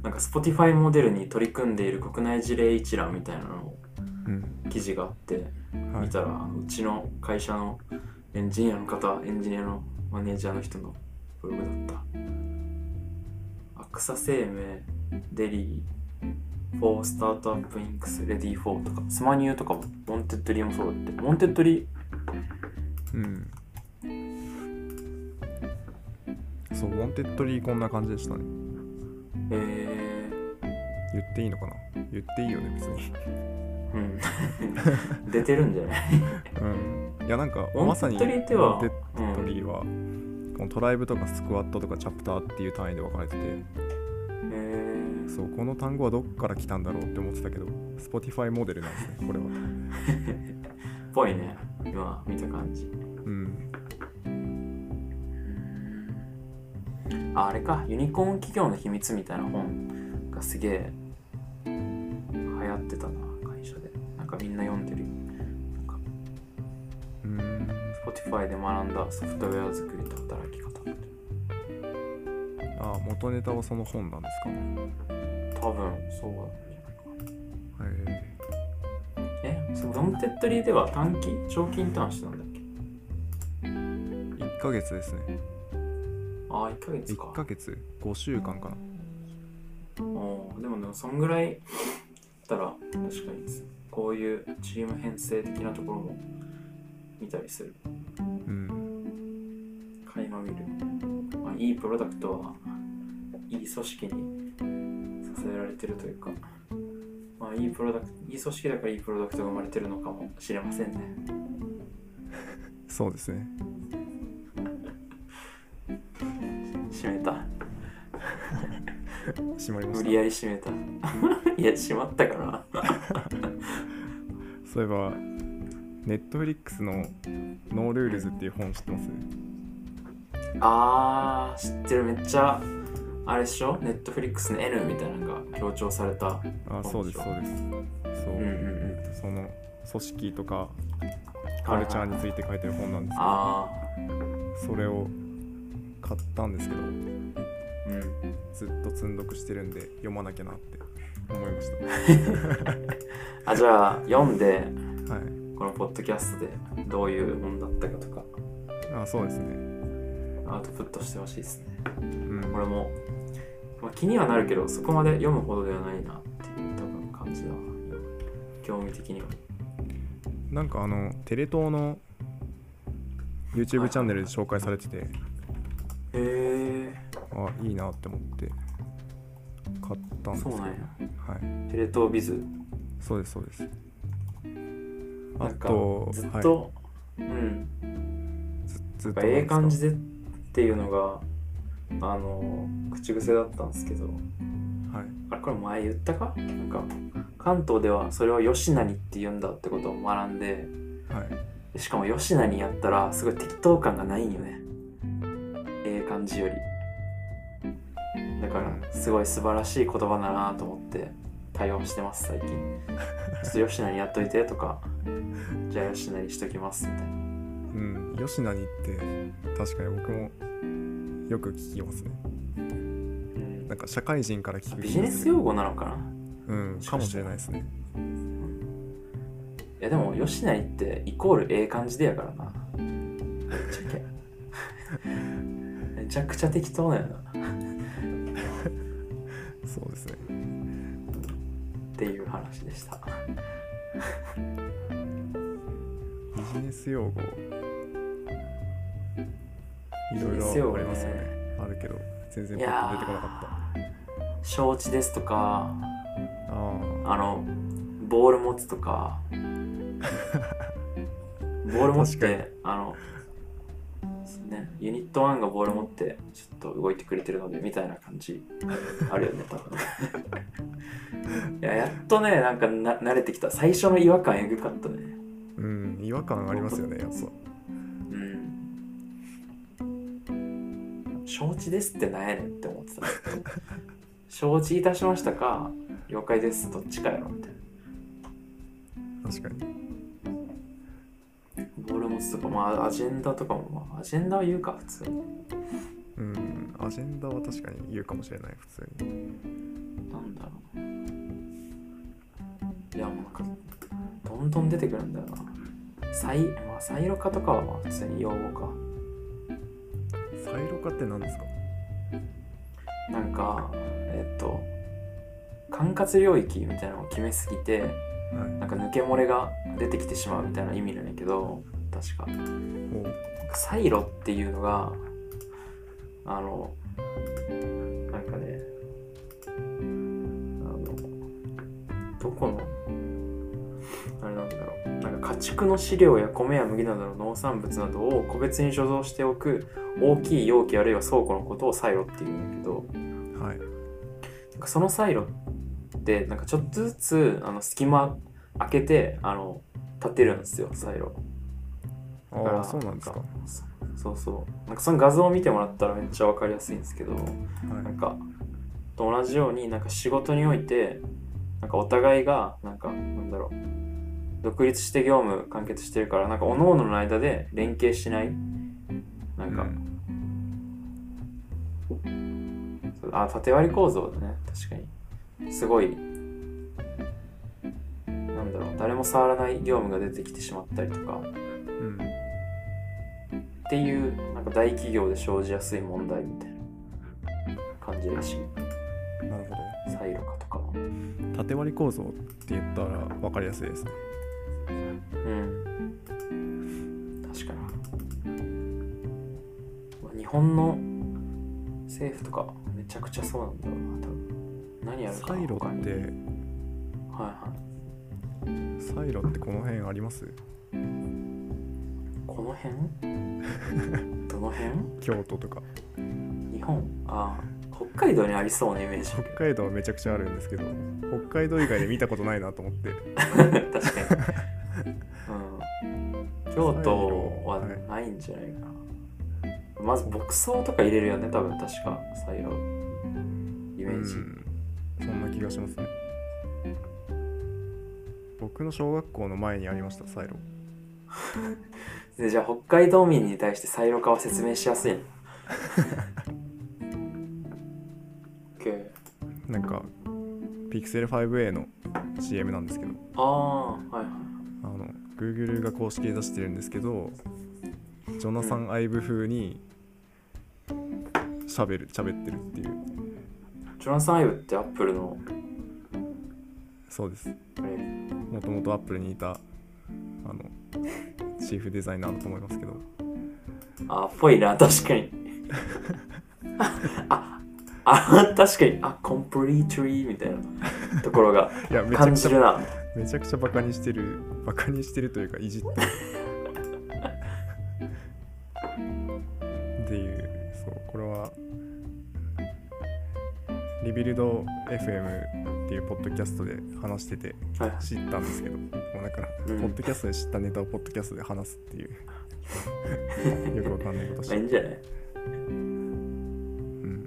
[SPEAKER 1] なんか Spotify モデルに取り組んでいる国内事例一覧みたいなのを
[SPEAKER 2] うん
[SPEAKER 1] 記事があって
[SPEAKER 2] はい
[SPEAKER 1] 見たら、あのうちの会社のエンジニアの方エンジニアのマネージャーの人のブログだったアクサ生命デリーフォースタートアップインクスレディーフォーとかスマニューとかもモンテッドリーもそうだってモンテッドリー
[SPEAKER 2] うんそう「ウォンテッドリー」こんな感じでしたね
[SPEAKER 1] え
[SPEAKER 2] 言っていいのかな言っていいよね別
[SPEAKER 1] *laughs* ー、
[SPEAKER 2] に
[SPEAKER 1] うん
[SPEAKER 2] *laughs*
[SPEAKER 1] 出てるんじゃない *laughs*
[SPEAKER 2] うんいやなんか
[SPEAKER 1] ウォンテッド
[SPEAKER 2] まさに「ウ
[SPEAKER 1] リーっては
[SPEAKER 2] ォンテッドリーは」このトライブとかスクワットとかチャプターっていう単位で分かれてて
[SPEAKER 1] えー、
[SPEAKER 2] そうこの単語はどっから来たんだろうって思ってたけど Spotify モデルなんです
[SPEAKER 1] *laughs*
[SPEAKER 2] ねこれは
[SPEAKER 1] ぽいね今見た感じ
[SPEAKER 2] うん
[SPEAKER 1] ああれかユニコーン企業の秘密みたいな本がすげえ流行ってたな会社でなんかみんな読んでるよなんか
[SPEAKER 2] うん
[SPEAKER 1] Spotify で学んだソフトウェア作りと働き方
[SPEAKER 2] あ元ネタはその本なんですか
[SPEAKER 1] 多分そうなんじゃないか
[SPEAKER 2] へ
[SPEAKER 1] なえそのドンテッドリーでは短期長期インターンしてたんだっけ
[SPEAKER 2] え1ヶ月ですね
[SPEAKER 1] ああ1ヶ月か
[SPEAKER 2] 1ヶ月5週間かな
[SPEAKER 1] おーでもでもそんぐらいだったら確かにこういうチーム編成的なところも見たりする
[SPEAKER 2] うん
[SPEAKER 1] 垣間見る、まあ、いいプロダクトはいい組織に支えられてるというか、まあ、いいプロダクトいい組織だからいいプロダクトが生まれてるのかもしれませんね
[SPEAKER 2] そうですね
[SPEAKER 1] 閉めた
[SPEAKER 2] 閉まりま
[SPEAKER 1] 無
[SPEAKER 2] し
[SPEAKER 1] 理やり閉め *laughs* たいや閉まったから
[SPEAKER 2] たそういえばネットフリックスの「ノールールズ」っていう本知ってます
[SPEAKER 1] あー知ってるめっちゃあれっしょネットフリックスの N みたいなのが強調された
[SPEAKER 2] あそうですそうですそう、
[SPEAKER 1] うんうんうん
[SPEAKER 2] えっとその組織とかカルチャーについて書いてる本なんです
[SPEAKER 1] あ
[SPEAKER 2] けどそれを買ったんですけど
[SPEAKER 1] あうん
[SPEAKER 2] ずっと積んどくしてるんで読まなきゃなって思いました
[SPEAKER 1] あじゃあ読んで
[SPEAKER 2] はい
[SPEAKER 1] このポッドキャストでどういう本だったかとか
[SPEAKER 2] あそうですね
[SPEAKER 1] アウトプットしてほしいですね
[SPEAKER 2] うん
[SPEAKER 1] 俺も、まあ、気にはなるけどそこまで読むほどではないなっていう多分感じだわ興味的には
[SPEAKER 2] なんかあのテレ東の YouTube チャンネルで紹介されてて
[SPEAKER 1] へえ
[SPEAKER 2] あいいなって思って買ったんですけ
[SPEAKER 1] そう
[SPEAKER 2] ど
[SPEAKER 1] なんや
[SPEAKER 2] はい
[SPEAKER 1] テレ東ビズ
[SPEAKER 2] そうですそうですあ
[SPEAKER 1] なんか
[SPEAKER 2] と
[SPEAKER 1] ずっ
[SPEAKER 2] は
[SPEAKER 1] と、うん
[SPEAKER 2] い、ずず
[SPEAKER 1] な
[SPEAKER 2] っ
[SPEAKER 1] んか
[SPEAKER 2] と
[SPEAKER 1] ええ
[SPEAKER 2] なん
[SPEAKER 1] 感
[SPEAKER 2] です
[SPEAKER 1] じでっていうのがあの口癖だったんですけど
[SPEAKER 2] かはい
[SPEAKER 1] あれこれ前言ったかなんか関東ではそれを吉成って言うんだってことを学んで
[SPEAKER 2] はい
[SPEAKER 1] でしかも吉成やったらすごい適当感がないんよねええ感じよりだからすごい素晴らしい言葉だなと思って対応してます最近ちょっと吉成やっといてとかじゃあ吉成しときますみたいな
[SPEAKER 2] うん吉成って確かに僕もよく聞きますね
[SPEAKER 1] うん
[SPEAKER 2] なんか社会人から聞く
[SPEAKER 1] ビジネス用語なのかな
[SPEAKER 2] うんかもしれないですね
[SPEAKER 1] いやでも吉成ってイコールええ感じでやからなめっちゃけめちゃくちゃ適当だよな
[SPEAKER 2] そうですね
[SPEAKER 1] っていう話でした
[SPEAKER 2] ビジネス用語いろい
[SPEAKER 1] ですよ
[SPEAKER 2] ろあ
[SPEAKER 1] ね
[SPEAKER 2] りますよねあるけど全然
[SPEAKER 1] い
[SPEAKER 2] パ
[SPEAKER 1] や
[SPEAKER 2] ッ
[SPEAKER 1] ー
[SPEAKER 2] と出てこなか
[SPEAKER 1] 承知ですとか
[SPEAKER 2] ったあー
[SPEAKER 1] あのボール持つと
[SPEAKER 2] *laughs*
[SPEAKER 1] かボール持っ
[SPEAKER 2] 確か
[SPEAKER 1] てあのそうねユニット1がボール持ってちょっと動いてくれてるのでみたいな感じあるよね多
[SPEAKER 2] *laughs*
[SPEAKER 1] 分いややっとねなんかな慣れてきた最初の違和感えぐかったね
[SPEAKER 2] うん違和感ありますよねやっぱ
[SPEAKER 1] うん承知ですってなんやねんって思ってた承知いたしましたか了解ですどっちかやろみたいな
[SPEAKER 2] 確かに
[SPEAKER 1] ボール持つとか、まあ、アジェンダとかも、まあ、アジェンダは言うか、普通に。
[SPEAKER 2] うんアジェンダは確かに言うかもしれない普通に
[SPEAKER 1] なんだろうな。いや、もうなんか、どんどん出てくるんだよな。サイ、まあ、サイロカとかは、まあ、普通に用語か。
[SPEAKER 2] サイロカって何ですか
[SPEAKER 1] なんか、えっと、管轄領域みたいなのを決めすぎて、
[SPEAKER 2] はい
[SPEAKER 1] なんか抜け漏れが出てきてしまうみたいな意味なんやけど、確か。
[SPEAKER 2] おう
[SPEAKER 1] サイロっていうのがあのなんかねあのどこのあれなんだろうなんか家畜の飼料や米や麦などの農産物などを個別に所蔵しておく大きい容器あるいは倉庫のことをサイロっていうんだけど
[SPEAKER 2] はい
[SPEAKER 1] なんかそのサイロってなんかちょっとずつあの隙間開けてあの立てるんですよサイロ。だか
[SPEAKER 2] ああ
[SPEAKER 1] ら
[SPEAKER 2] そうなんですかは
[SPEAKER 1] そそうそうなんかその画像を見てもらったらめっちゃ分かりやすいんですけどなんかと同じようになんか仕事においてなんかお互いがなんかなんだろう独立して業務完結してるからなんか各々の間で連携しないないんか、
[SPEAKER 2] うん
[SPEAKER 1] そうあ縦割り構造だね確かにすごいなんだろう誰も触らない業務が出てきてしまったりとか
[SPEAKER 2] うん
[SPEAKER 1] っていうなんか大企業で生じやすい問題みたいな感じらしい
[SPEAKER 2] なるほど
[SPEAKER 1] サイロ化とかは
[SPEAKER 2] 縦割り構造って言ったら分かりやすいですね
[SPEAKER 1] うん確かにまあ日本の政府とかめちゃくちゃそうなんだろうな多分何やるか
[SPEAKER 2] サイロ
[SPEAKER 1] 他
[SPEAKER 2] っ
[SPEAKER 1] にはい
[SPEAKER 2] て
[SPEAKER 1] はい
[SPEAKER 2] サイロってこの辺あります
[SPEAKER 1] この辺どの辺
[SPEAKER 2] 京都とか
[SPEAKER 1] 日本ああ北海道にありそうなイメージ
[SPEAKER 2] 北海道はめちゃくちゃあるんですけど北海道以外で見たことないなと思って
[SPEAKER 1] 確かに、うん、京都は
[SPEAKER 2] サイロはい
[SPEAKER 1] ないんじゃないかな、まず牧草とか入れるよね多分確かサイロイ
[SPEAKER 2] う
[SPEAKER 1] メージ、
[SPEAKER 2] んそんな気がしますね僕の小学校の前にありましたサイロ
[SPEAKER 1] でじゃあ北海道民に対してサイロ化は説明しや
[SPEAKER 2] *laughs*
[SPEAKER 1] すいの OK
[SPEAKER 2] なんかピクセル 5A の CM なんですけど
[SPEAKER 1] ああはいはい
[SPEAKER 2] あの Google が公式で出してるんですけどジョナサン・アイブ風に喋る喋ってるっていう
[SPEAKER 1] ジョナサン・アイブってアップルの
[SPEAKER 2] そうです
[SPEAKER 1] あれ
[SPEAKER 2] もともとアップルにいたあのチーフデザイナーだと思いますけど
[SPEAKER 1] あぽいな確
[SPEAKER 2] *laughs*
[SPEAKER 1] かにああ確かにあコンプリートリーみたいなところ
[SPEAKER 2] *laughs*
[SPEAKER 1] が
[SPEAKER 2] いやめちゃ
[SPEAKER 1] 感
[SPEAKER 2] くち
[SPEAKER 1] じ
[SPEAKER 2] ゃ
[SPEAKER 1] るな
[SPEAKER 2] めちゃくちゃバカにしてるバカにしてるというかいじってるっていうそうこれはリビルド FM っていうポッドキャストで話してて
[SPEAKER 1] はい
[SPEAKER 2] 知ったんですけどもうだから、
[SPEAKER 1] うん
[SPEAKER 2] ポッドキャストで知ったネタをポッドキャストで話
[SPEAKER 1] *laughs*
[SPEAKER 2] すっていうよくわかんないことし
[SPEAKER 1] まあ、
[SPEAKER 2] て
[SPEAKER 1] いいんじゃない
[SPEAKER 2] うん、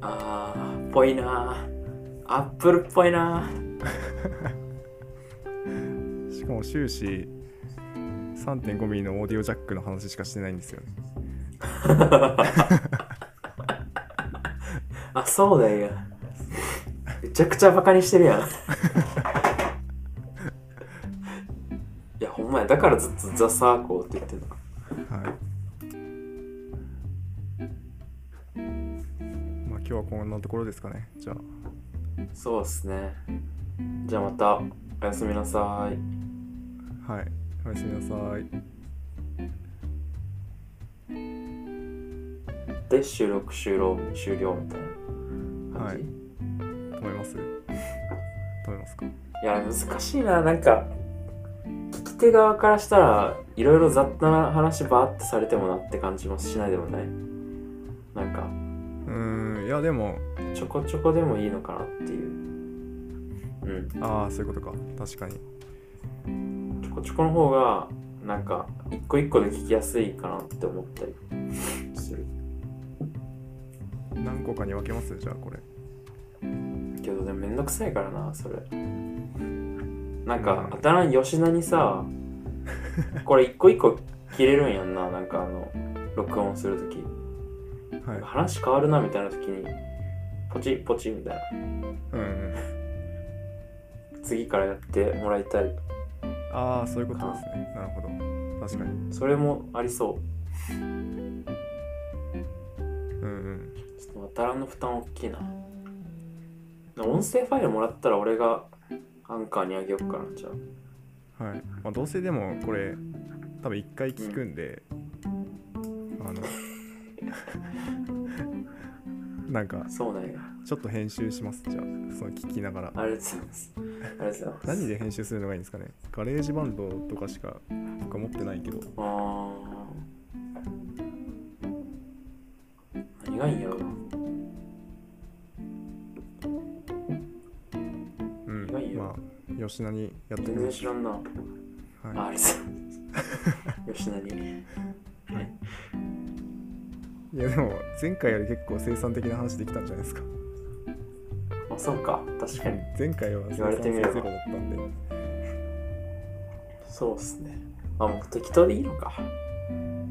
[SPEAKER 1] あーぽいなアップルっぽいな
[SPEAKER 2] しかも終始 3.5mm のオーディオジャックの話しかしてないんですよね
[SPEAKER 1] あそうだよめちゃくちゃバカにしてるやんいやほんまやだからずっとザ・サーコーって言ってるのか
[SPEAKER 2] はい。まあ今日はこんなところですかね。じゃあ、
[SPEAKER 1] そうっすねじゃあまたおやすみなさい
[SPEAKER 2] はい。おやすみなさい。
[SPEAKER 1] で収録終了終了みたいな感じ、
[SPEAKER 2] はい止めます止めますか
[SPEAKER 1] いや難しいななんか聞き手側からしたらいろいろ雑多な話バーってされてもなって感じもしないでもないなんか
[SPEAKER 2] うーんいやでも
[SPEAKER 1] ちょこちょこでもいいのかなっていううん
[SPEAKER 2] ああそういうことか確かに
[SPEAKER 1] ちょこちょこの方がなんか一個一個で聞きやすいかなって思ったりする
[SPEAKER 2] 何個かに分けますじゃあこれ
[SPEAKER 1] けどでもめんどくさいからなそれなんか当たらん吉田にさこれ一個一個切れるんやんななんかあの録音するとき
[SPEAKER 2] はい
[SPEAKER 1] 話変わるなみたいな時にポチポチみたいな
[SPEAKER 2] うんうん
[SPEAKER 1] 次からやってもらいたい
[SPEAKER 2] ああそういうことですねなるほど確かに
[SPEAKER 1] それもありそう
[SPEAKER 2] うんうん
[SPEAKER 1] ちょっと渡らんの負担大きいな。音声ファイルもらったら俺がアンカーにあげようかな、じゃあ。
[SPEAKER 2] はいまあどうせでもこれ多分一回聞くんで、あのなんか
[SPEAKER 1] そうなんや。
[SPEAKER 2] ちょっと編集しますじゃあその聞きながら
[SPEAKER 1] ありがとうございます。ありがとうございます。
[SPEAKER 2] 何で編集するのがいいんですかねガレージバンドとかしか僕は持ってないけど
[SPEAKER 1] あー何がいいんやろ
[SPEAKER 2] うん
[SPEAKER 1] ないよ
[SPEAKER 2] まあ吉田にやって
[SPEAKER 1] 全
[SPEAKER 2] みま
[SPEAKER 1] 然
[SPEAKER 2] し
[SPEAKER 1] 知らんな。
[SPEAKER 2] ょう、
[SPEAKER 1] あ
[SPEAKER 2] は
[SPEAKER 1] ありがとうございます。吉田に。
[SPEAKER 2] い、いやでも前回より結構生産的な話できたんじゃないですか
[SPEAKER 1] あ、そうか。確かに。
[SPEAKER 2] 前回は生
[SPEAKER 1] 言われ
[SPEAKER 2] 産
[SPEAKER 1] て
[SPEAKER 2] 性
[SPEAKER 1] み
[SPEAKER 2] ゼ
[SPEAKER 1] れば
[SPEAKER 2] ロだったんで
[SPEAKER 1] そうっすね。あ、もう適当でいいのか。
[SPEAKER 2] うん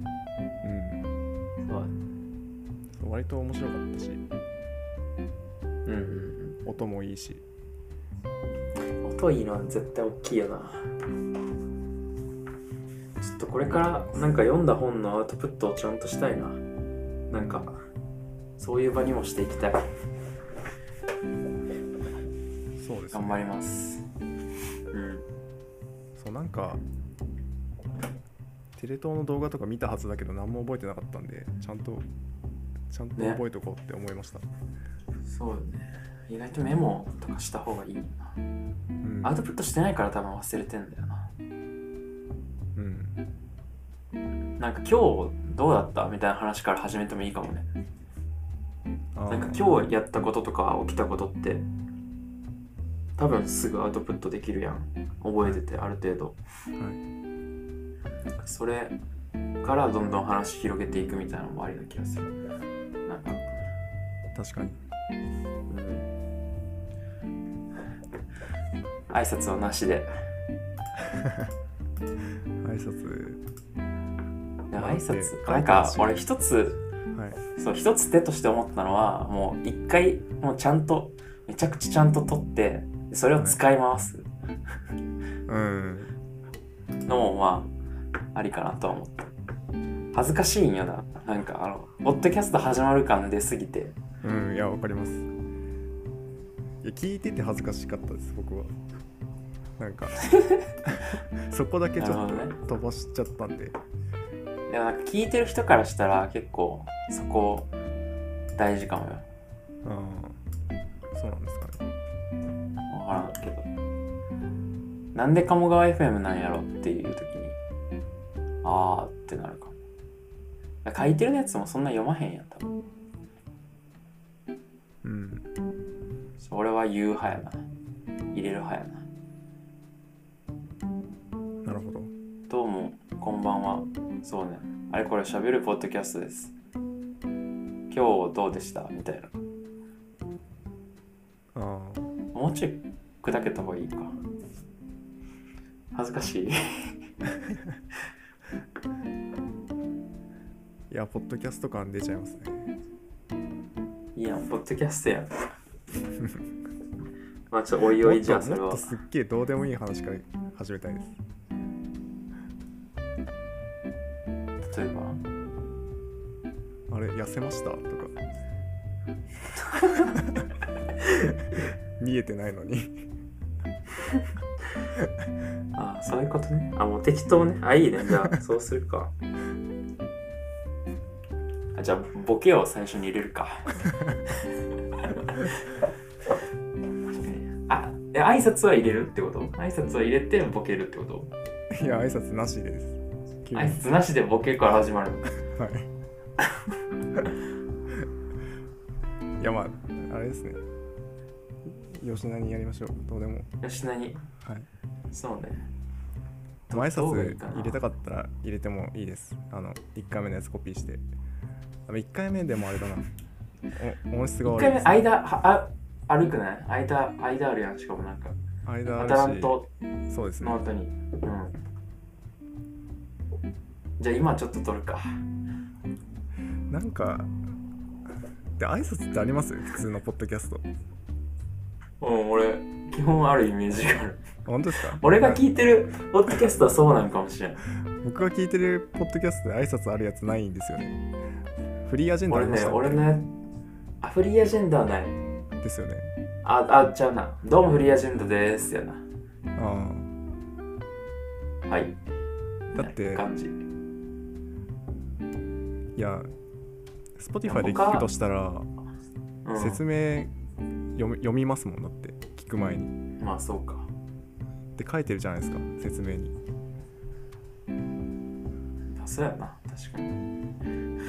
[SPEAKER 1] そうだね
[SPEAKER 2] 割と面白かったし
[SPEAKER 1] うんうん
[SPEAKER 2] 音もいいし
[SPEAKER 1] うん。音いいのは絶対大きいよな。ちょっとこれからなんか読んだ本のアウトプットをちゃんとしたいな。なんか、そういう場にもしていきたい。
[SPEAKER 2] そうです
[SPEAKER 1] 頑
[SPEAKER 2] ね
[SPEAKER 1] 張ります。うん。
[SPEAKER 2] そうなんかテレ東の動画とか見たはずだけど何も覚えてなかったんでちゃんとちゃんと
[SPEAKER 1] ね
[SPEAKER 2] 覚えとこうって思いました、
[SPEAKER 1] そうよね。意外とメモとかした方がいいな。
[SPEAKER 2] うん
[SPEAKER 1] アウトプットしてないから多分忘れてんだよな。
[SPEAKER 2] うん
[SPEAKER 1] なんか今日どうだったみたいな話から始めてもいいかもね。
[SPEAKER 2] あー
[SPEAKER 1] なんか今日やったこととか起きたことって多分すぐアウトプットできるやん覚えててある程度
[SPEAKER 2] はい
[SPEAKER 1] それからどんどん話広げていくみたいなのもありな気がするなんか、
[SPEAKER 2] 確かに
[SPEAKER 1] うん、挨拶はなしで
[SPEAKER 2] 挨拶
[SPEAKER 1] いや
[SPEAKER 2] な
[SPEAKER 1] 挨
[SPEAKER 2] んて
[SPEAKER 1] 拶
[SPEAKER 2] 簡単
[SPEAKER 1] なんか
[SPEAKER 2] すぎる
[SPEAKER 1] 俺一つ
[SPEAKER 2] はい
[SPEAKER 1] そう一つ手として思ったのはもう一回もうちゃんとめちゃくちゃちゃんと取ってそれを使い回す
[SPEAKER 2] うん
[SPEAKER 1] のもまあありかなとは思った恥ずかしいんよななんかあのポッドキャスト始まる感出すぎて
[SPEAKER 2] うんいやわかりますいや聞いてて恥ずかしかったです僕はなん
[SPEAKER 1] *laughs*
[SPEAKER 2] かそこだけちょっ
[SPEAKER 1] なるほど
[SPEAKER 2] と飛ばしちゃったんで、
[SPEAKER 1] でもなんか聞いてる人からしたら結構そこ大事かもよ
[SPEAKER 2] ああそうなんですかね
[SPEAKER 1] 分からんけどなんで鴨川 FM なんやろっていう時にあーってなるかもだから書いてるやつもそんな読まへんやん多分
[SPEAKER 2] うん
[SPEAKER 1] そう俺は言う派やな入れる派やな
[SPEAKER 2] なるほど
[SPEAKER 1] どうも、こんばんは。そうね。あれこれ喋るポッドキャストです。今日どうでしたみたいな。
[SPEAKER 2] ああ
[SPEAKER 1] もうちょい砕けた方がいいか。恥ずかしい。
[SPEAKER 2] いやポッドキャスト感出ちゃいますね
[SPEAKER 1] いいやん、ポッドキャスト *laughs* やん。まあちょっとおいおいじゃあそれ
[SPEAKER 2] もっ
[SPEAKER 1] は
[SPEAKER 2] と。すっげえどうでもいい話から始めたいです
[SPEAKER 1] 例えば。
[SPEAKER 2] あれ痩せま
[SPEAKER 1] *laughs*
[SPEAKER 2] したとか見えてないのに
[SPEAKER 1] ああ、そういうことね。あ、もう適当ね。あ、いいね。じゃあ、そうするか。あじゃあボケを最初に入れる *laughs* か確かにあえ挨拶は入れるってこと挨拶は入れてボケるってこと
[SPEAKER 2] いや挨拶なしです急に
[SPEAKER 1] 挨拶なしでボケから始まる
[SPEAKER 2] はいいや *laughs* まああれですね吉田にやりましょうどうでも
[SPEAKER 1] 吉田に
[SPEAKER 2] はい
[SPEAKER 1] そうね
[SPEAKER 2] でも挨
[SPEAKER 1] どうがい
[SPEAKER 2] 拶
[SPEAKER 1] いかな
[SPEAKER 2] 入れたかったら入れてもいいですあの1回目のやつコピーしてあの1回目でもあれだなお音質が
[SPEAKER 1] 一
[SPEAKER 2] 悪い
[SPEAKER 1] 回
[SPEAKER 2] で
[SPEAKER 1] 目
[SPEAKER 2] す
[SPEAKER 1] 間はあ歩くない間間あるやんしかもなんか
[SPEAKER 2] 間
[SPEAKER 1] ア
[SPEAKER 2] あ
[SPEAKER 1] タラン
[SPEAKER 2] るし
[SPEAKER 1] ト
[SPEAKER 2] そうですね
[SPEAKER 1] の後にうんじゃあ今ちょっと撮るか
[SPEAKER 2] なんかで挨拶ってあります普通のポッドキャスト
[SPEAKER 1] うん俺基本あるイメージがある
[SPEAKER 2] 本当ですか
[SPEAKER 1] 俺が
[SPEAKER 2] い
[SPEAKER 1] 聞いてるポッドキャストはそうなんかもしれん
[SPEAKER 2] 僕が聞いてるポッドキャストで挨拶あるやつないんですよねフリーアジェンダあ
[SPEAKER 1] 俺
[SPEAKER 2] りまし
[SPEAKER 1] ね
[SPEAKER 2] たっけ
[SPEAKER 1] 俺ねあフリーアジェンダはない
[SPEAKER 2] ですよね
[SPEAKER 1] ああちゃうなどうもフリーアジェンダですやな
[SPEAKER 2] あ
[SPEAKER 1] はい
[SPEAKER 2] あだって
[SPEAKER 1] 感じ
[SPEAKER 2] いや Spotify で聞くとしたら
[SPEAKER 1] うん
[SPEAKER 2] 説明読み読みますもんだって聞く前に
[SPEAKER 1] まあそうか
[SPEAKER 2] って書いてるじゃないですか説明に
[SPEAKER 1] あそうやな確かに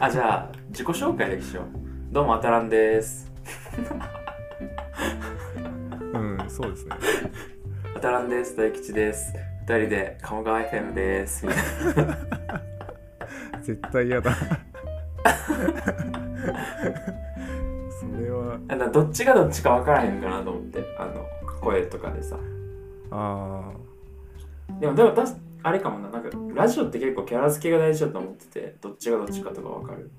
[SPEAKER 1] *laughs* あじゃあ自己紹介だけしようどうもあたらんです
[SPEAKER 2] うんそうですね
[SPEAKER 1] あたらんです大吉です二人で鴨川 FM ですみたいな
[SPEAKER 2] 絶対嫌だ *laughs* それは
[SPEAKER 1] なんかどっちがどっちか分からへんかなと思ってあの声とかでさ
[SPEAKER 2] あ
[SPEAKER 1] でもでもたしあれかもななんかラジオって結構キャラ付けが大事だと思っててどっちがどっちかとか分かる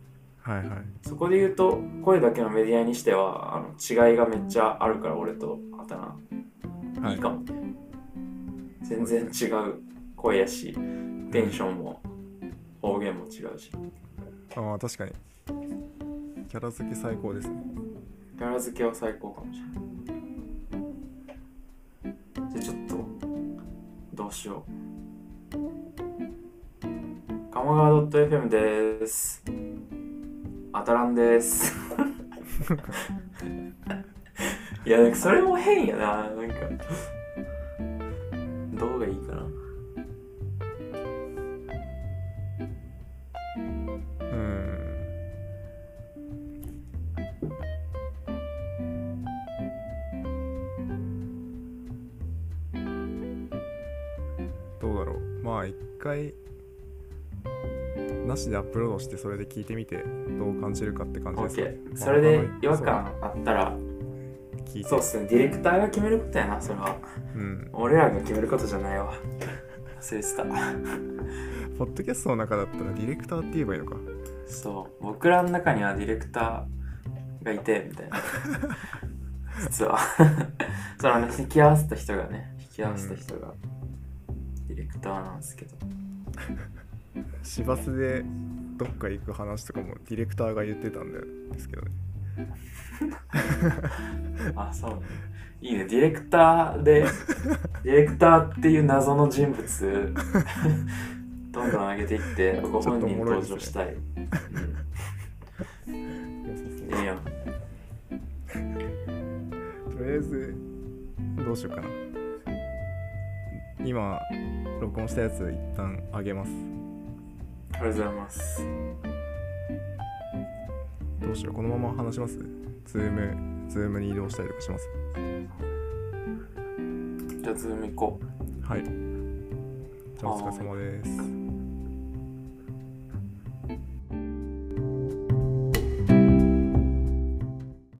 [SPEAKER 2] あはいはい
[SPEAKER 1] そこで言うと声だけのメディアにしてはあの違いがめっちゃあるから俺とあたらん
[SPEAKER 2] はい
[SPEAKER 1] いいかも、全然違う声やしテンションも方言も違うし
[SPEAKER 2] ああ確かにキャラ付け最高ですね
[SPEAKER 1] キャラ付けは最高かもしれないじゃあちょっとどうしよう鴨川 .fm ですあたらんですいやなんかそれも変やななんかどうがいいかな
[SPEAKER 2] うーんどうだろうまあ一回なしでアップロードしてそれで聞いてみてどう感じるかって感じ
[SPEAKER 1] オッ
[SPEAKER 2] です
[SPEAKER 1] ケ
[SPEAKER 2] か、
[SPEAKER 1] ーそれで違和感あったら
[SPEAKER 2] そう聞いて
[SPEAKER 1] そうっすねディレクターが決めることやなそれは
[SPEAKER 2] うん
[SPEAKER 1] 俺らが決めることじゃないわ忘れてた
[SPEAKER 2] ポッドキャストの中だったらディレクターって言えばいいのか
[SPEAKER 1] そう僕らの中にはディレクターがいてみたいな実は *laughs* そのね引き合わせた人がね引き合わせた人がディレクターなんですけど
[SPEAKER 2] 市バスでどっか行く話とかもディレクターが言ってたんですけどね
[SPEAKER 1] あそうねいいねディレクターでディレクターっていう謎の人物どんどん上げていってご本人登場したいうんいいよ
[SPEAKER 2] とりあえずどうしようかな今録音したやつ一旦あげます
[SPEAKER 1] ありがとうございます
[SPEAKER 2] どうしようこのまま話しますズームズームに移動したりとかします
[SPEAKER 1] じゃあズーム行こう
[SPEAKER 2] はいじゃあお疲れ様です